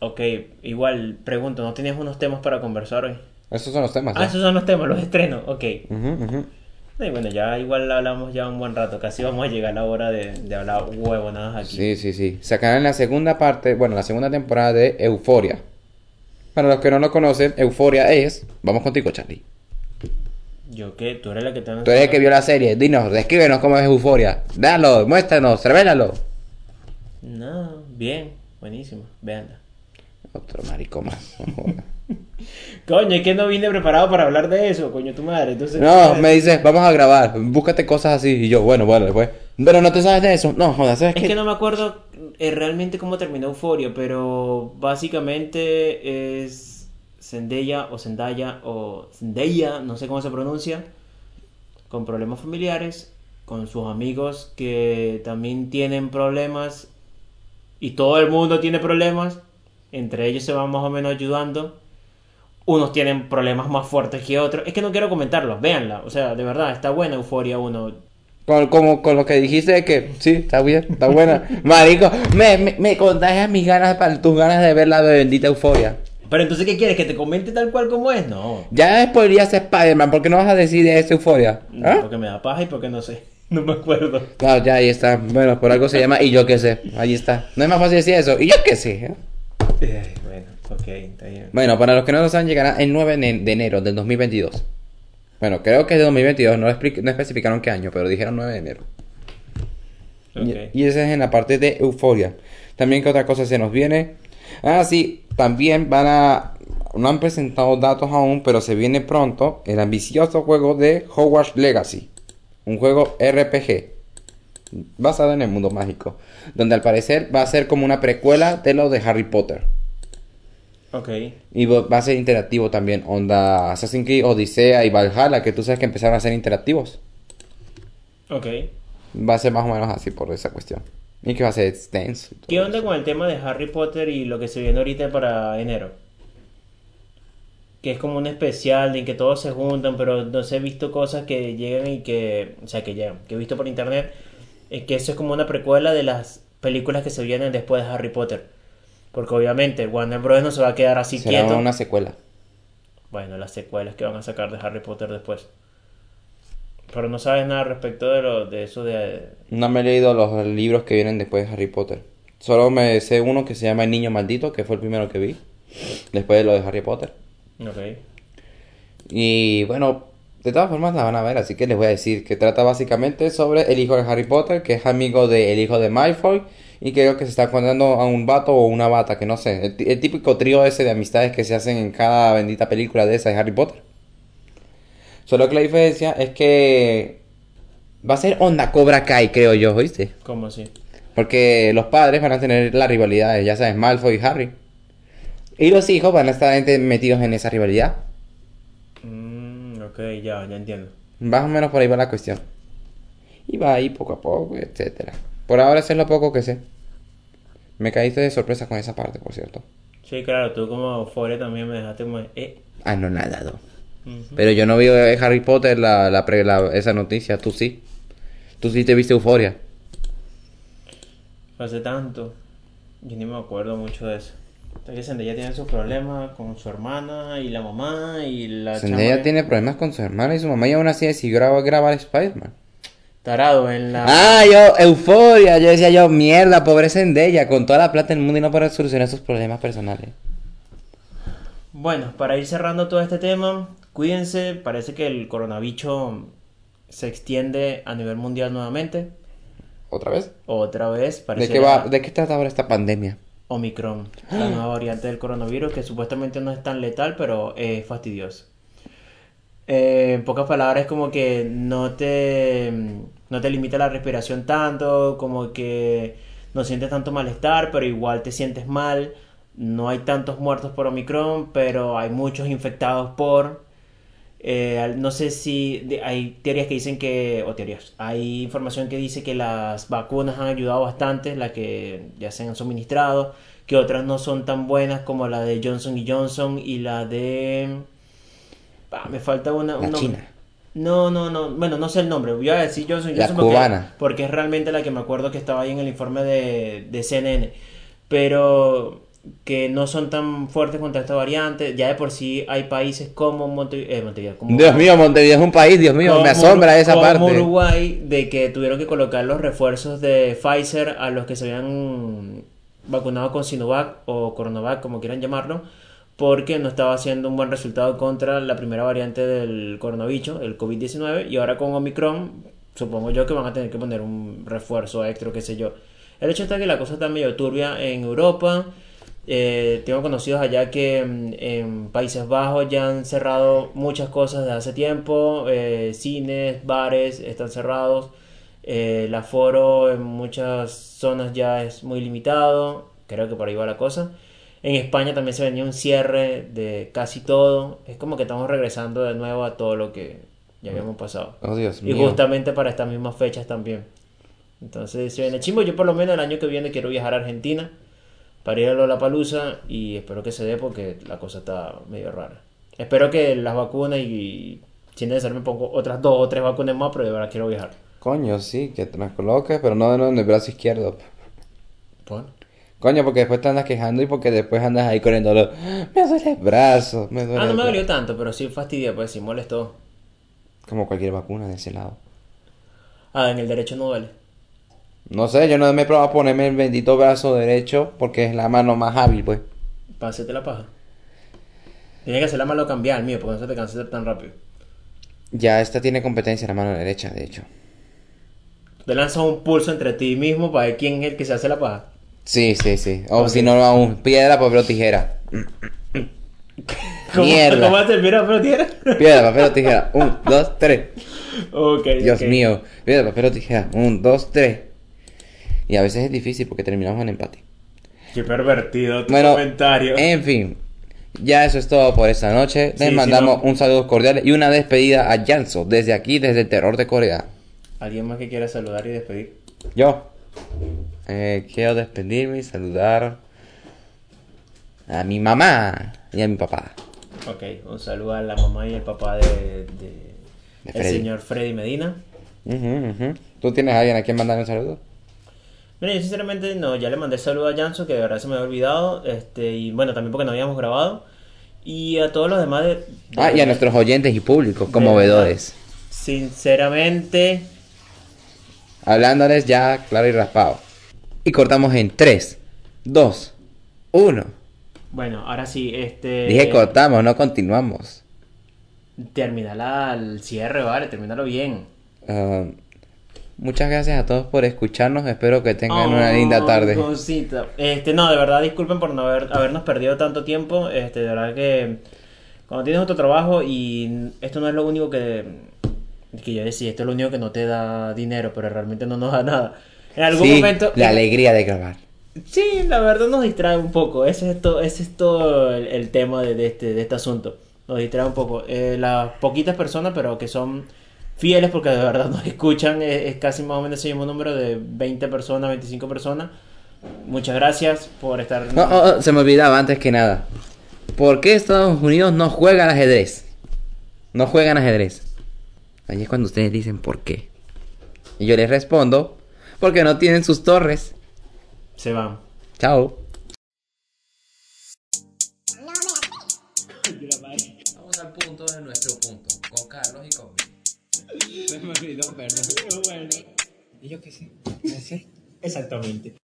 Ok, igual, pregunto, ¿no tenías unos temas para conversar hoy? Esos son los temas. Ah, ¿no? esos son los temas, los estrenos, ok. Ujú, ujú. Y bueno, ya igual hablamos ya un buen rato, casi vamos a llegar a la hora de, de hablar huevonadas aquí. Sí, sí, sí. Sacarán la segunda parte, bueno, la segunda temporada de Euforia. Para los que no lo conocen, Euforia es. Vamos contigo, Charlie. Yo qué, tú eres la que te Tú eres el que vio la serie. Dinos, descríbenos cómo es Euforia. Dalo, muéstranos, revélalo. No, bien, buenísimo, veanla. Otro marico más. no joda. Coño, es que no vine preparado para hablar de eso, coño tu madre, entonces... No, me dices, vamos a grabar. Búscate cosas así. Y yo, bueno, bueno, después. Pero no te sabes de eso. No, joder, ¿sabes Es qué? que no me acuerdo eh, realmente cómo terminó Euforia, pero básicamente es Zendaya o Zendaya o Zendaya, no sé cómo se pronuncia, con problemas familiares, con sus amigos que también tienen problemas y todo el mundo tiene problemas, entre ellos se van más o menos ayudando. Unos tienen problemas más fuertes que otros. Es que no quiero comentarlos, véanla. O sea, de verdad, está buena Euforia 1. Con, como, con lo que dijiste de que sí, está bien, está buena. Marico, me, me, me contagias mis ganas, para tus ganas de ver la bendita euforia. Pero entonces, ¿qué quieres? ¿Que te comente tal cual como es? No. Ya después podrías ser Spider-Man, ¿por qué no vas a decir de esa euforia? No, ¿Ah? Porque me da paja y porque no sé. No me acuerdo. Claro, ya ahí está. Bueno, por algo se llama y yo qué sé. Ahí está. No es más fácil decir eso. Y yo qué sé. ¿eh? Ay, bueno, ok, está bien. Bueno, para los que no lo saben, llegará el 9 de de enero del 2022. Bueno, creo que es de 2022. No, expli- no especificaron qué año, pero dijeron 9 de enero. Ok. Y, y esa es en la parte de Euforia. También que otra cosa se nos viene. Ah, sí, también van a... No han presentado datos aún, pero se viene pronto el ambicioso juego de Hogwarts Legacy. Un juego RPG. Basado en el mundo mágico. Donde al parecer va a ser como una precuela de lo de Harry Potter. Ok. Y va va a ser interactivo también. Onda Assassin's Creed, Odisea y Valhalla, que tú sabes que empezaron a ser interactivos. Ok. Va a ser más o menos así por esa cuestión. Y que va a ser extenso. y todo ¿Qué eso. onda con el tema de Harry Potter y lo que se viene ahorita para enero? Que es como un especial en que todos se juntan, pero no sé, he visto cosas que llegan y que. O sea, que llegan, que he visto por internet. eh, que eso es como una precuela de las películas que se vienen después de Harry Potter. Porque obviamente Warner Bros. no se va a quedar así Será quieto. una secuela. Bueno, las secuelas que van a sacar de Harry Potter después. Pero no sabes nada respecto de lo de eso de No me he leído los libros que vienen después de Harry Potter. Solo me sé uno que se llama El Niño Maldito, que fue el primero que vi. Después de lo de Harry Potter. Ok. Y bueno, de todas formas la van a ver, así que les voy a decir que trata básicamente sobre el hijo de Harry Potter, que es amigo del hijo de Malfoy, y creo que se está encontrando a un vato o una bata, que no sé, el, ti- el típico trío ese de amistades que se hacen en cada bendita película de esa de Harry Potter. Solo que la diferencia es que va a ser onda Cobra Kai, creo yo, ¿oíste? ¿Cómo así? Porque los padres van a tener las rivalidades, ya sabes, Malfoy y Harry. Y los hijos van a estar ente- metidos en esa rivalidad. Mm, ok, ya, ya entiendo. Más o menos por ahí va la cuestión. Y va ahí poco a poco, etcétera. Por ahora eso es lo poco que sé. Me caíste de sorpresa con esa parte, por cierto. Sí, claro, tú como Euforia también me dejaste como... Eh. Ah, no, nada. no. ujú. Pero yo no vi eh, Harry Potter la, la pre- la- esa noticia, tú sí. Tú sí te viste Euforia. Fue Hace tanto. Yo ni me acuerdo mucho de eso. Entonces Zendaya tiene sus problemas con su hermana y la mamá y la chama Zendaya que- tiene problemas con su hermana y su mamá y aún así decidió gra- grabar Spider-Man. Tarado en la. Ah, yo, euforia. Yo decía yo, mierda, pobreza en ella, con toda la plata del mundo y no para solucionar sus problemas personales. Bueno, para ir cerrando todo este tema, cuídense, parece que el coronavirus se extiende a nivel mundial nuevamente. ¿Otra vez? Otra vez, ¿De parece qué, va, ¿De qué trata ahora esta pandemia? Omicron, la nueva variante del coronavirus que supuestamente no es tan letal, pero es fastidioso. Eh, en pocas palabras, es como que no te, no te limita la respiración tanto, como que no sientes tanto malestar, pero igual te sientes mal. No hay tantos muertos por Omicron, pero hay muchos infectados por. Eh, al- no sé si de- hay teorías que dicen que, o teorías, hay información que dice que las vacunas han ayudado bastante, las que ya se han suministrado, que otras no son tan buenas como la de Johnson y Johnson y la de... Ah, me falta una... La un nombre. china. No, no, no, bueno, no sé el nombre, voy a decir Johnson y La Johnson porque- cubana. Porque, es realmente la que me acuerdo que estaba ahí en el informe de, de CNN, pero que no son tan fuertes contra esta variante, ya de por sí hay países como Monte- eh, Montevideo, como- Dios mío, Montevideo es un país, Dios mío, como me asombra Uru- esa como parte. Uruguay, de que tuvieron que colocar los refuerzos de Pfizer a los que se habían vacunado con Sinovac o Coronavac, como quieran llamarlo, porque no estaba haciendo un buen resultado contra la primera variante del coronavirus, el COVID-19, y ahora con Omicron, supongo yo que van a tener que poner un refuerzo extra, qué sé yo. El hecho está que la cosa está medio turbia en Europa. Eh, tengo conocidos allá que mm, en Países Bajos ya han cerrado muchas cosas desde hace tiempo. eh, cines, bares están cerrados. eh, el aforo en muchas zonas ya es muy limitado. Creo que por ahí va la cosa. En España también se venía un cierre de casi todo. Es como que estamos regresando de nuevo a todo lo que ya habíamos pasado. Oh, Dios Y mío. justamente para estas mismas fechas también. Entonces se viene chimbo. Yo por lo menos el año que viene quiero viajar a Argentina para ir a Lollapalooza y espero que se dé porque la cosa está medio rara. Espero que las vacunas y si necesario me pongo otras dos o tres vacunas más, pero de verdad quiero viajar. Coño, sí, que te las coloques, pero no en el brazo izquierdo. Bueno, Coño, porque después te andas quejando y porque después andas ahí corriendo. lo- Me duele el brazo, me duele ah, no el me bra-". dolió tanto, pero sí fastidia, pues sí molestó. Como cualquier vacuna de ese lado. Ah, en el derecho no duele. No sé, yo no me he probado a ponerme el bendito brazo derecho porque es la mano más hábil, pues. Pásate la paja. Tiene que hacer la mano cambiar, mío, porque no se te cansa tan rápido. Ya esta tiene competencia en la mano derecha, de hecho. Te lanzas un pulso entre ti mismo para ver quién es el que se hace la paja. Sí, sí, sí. O Ok. si no, aún. Piedra, papel o tijera. ¿Cómo, Mierda. ¿Cómo te mira, pero tierra? Piedra, papel o tijera. Un, dos, tres. Ok, Dios ok. mío. Piedra, papel o tijera. Un, dos, tres. Y a veces es difícil porque terminamos en empate. Qué pervertido tu Bueno, eh. comentario. en fin, ya eso es todo por esta noche. Les Sí, sí, mandamos no. un saludo cordial y una despedida a Janso desde aquí, desde el terror de Corea. ¿Alguien más que quiera saludar y despedir? Yo eh, quiero despedirme y saludar a mi mamá y a mi papá. Ok, un saludo a la mamá y el papá de, de- De el Freddy. señor Freddy Medina. Ujú, ujú. ¿Tú tienes a alguien a quien mandar un saludo? Mira, yo sinceramente no, ya le mandé el saludo a Janso, que de verdad se me había olvidado, este, y bueno, también porque no habíamos grabado, y a todos los demás de... de- Ah, y a nuestros oyentes y públicos de- conmovedores. Sinceramente, Hablándoles ya claro y raspado. Y cortamos en 3, 2, 1. bueno, ahora sí, este... Dije cortamos, no continuamos. Terminala el cierre, vale, terminalo bien. Ah, muchas gracias a todos por escucharnos. Espero que tengan una Oh, linda tarde. cosita. Este, no, de verdad, disculpen por no haber, habernos perdido tanto tiempo. Este, de verdad que cuando tienes otro trabajo y esto no es lo único que, que yo decía, esto es lo único que no te da dinero, pero realmente no nos da nada. En algún Sí, momento. la alegría de grabar. Sí, la verdad nos distrae un poco. Ese es todo, ese es todo el, el tema de, de este, de este asunto. Nos distrae un poco. Eh, las poquitas personas, pero que son fieles porque de verdad nos escuchan, es, es casi más o menos el mismo número de 20 personas, 25 personas. Muchas gracias por estar. No, oh, oh, se me olvidaba antes que nada. ¿Por qué Estados Unidos no juegan ajedrez? No juegan ajedrez. Ahí es cuando ustedes dicen por qué. Y yo les respondo, porque no tienen sus torres. Se van. Chao. Vamos al punto de nuestro punto, con Carlos y conmigo. Se me olvidó, perdón. Pero bueno. Y yo qué sé, no sé. Exactamente.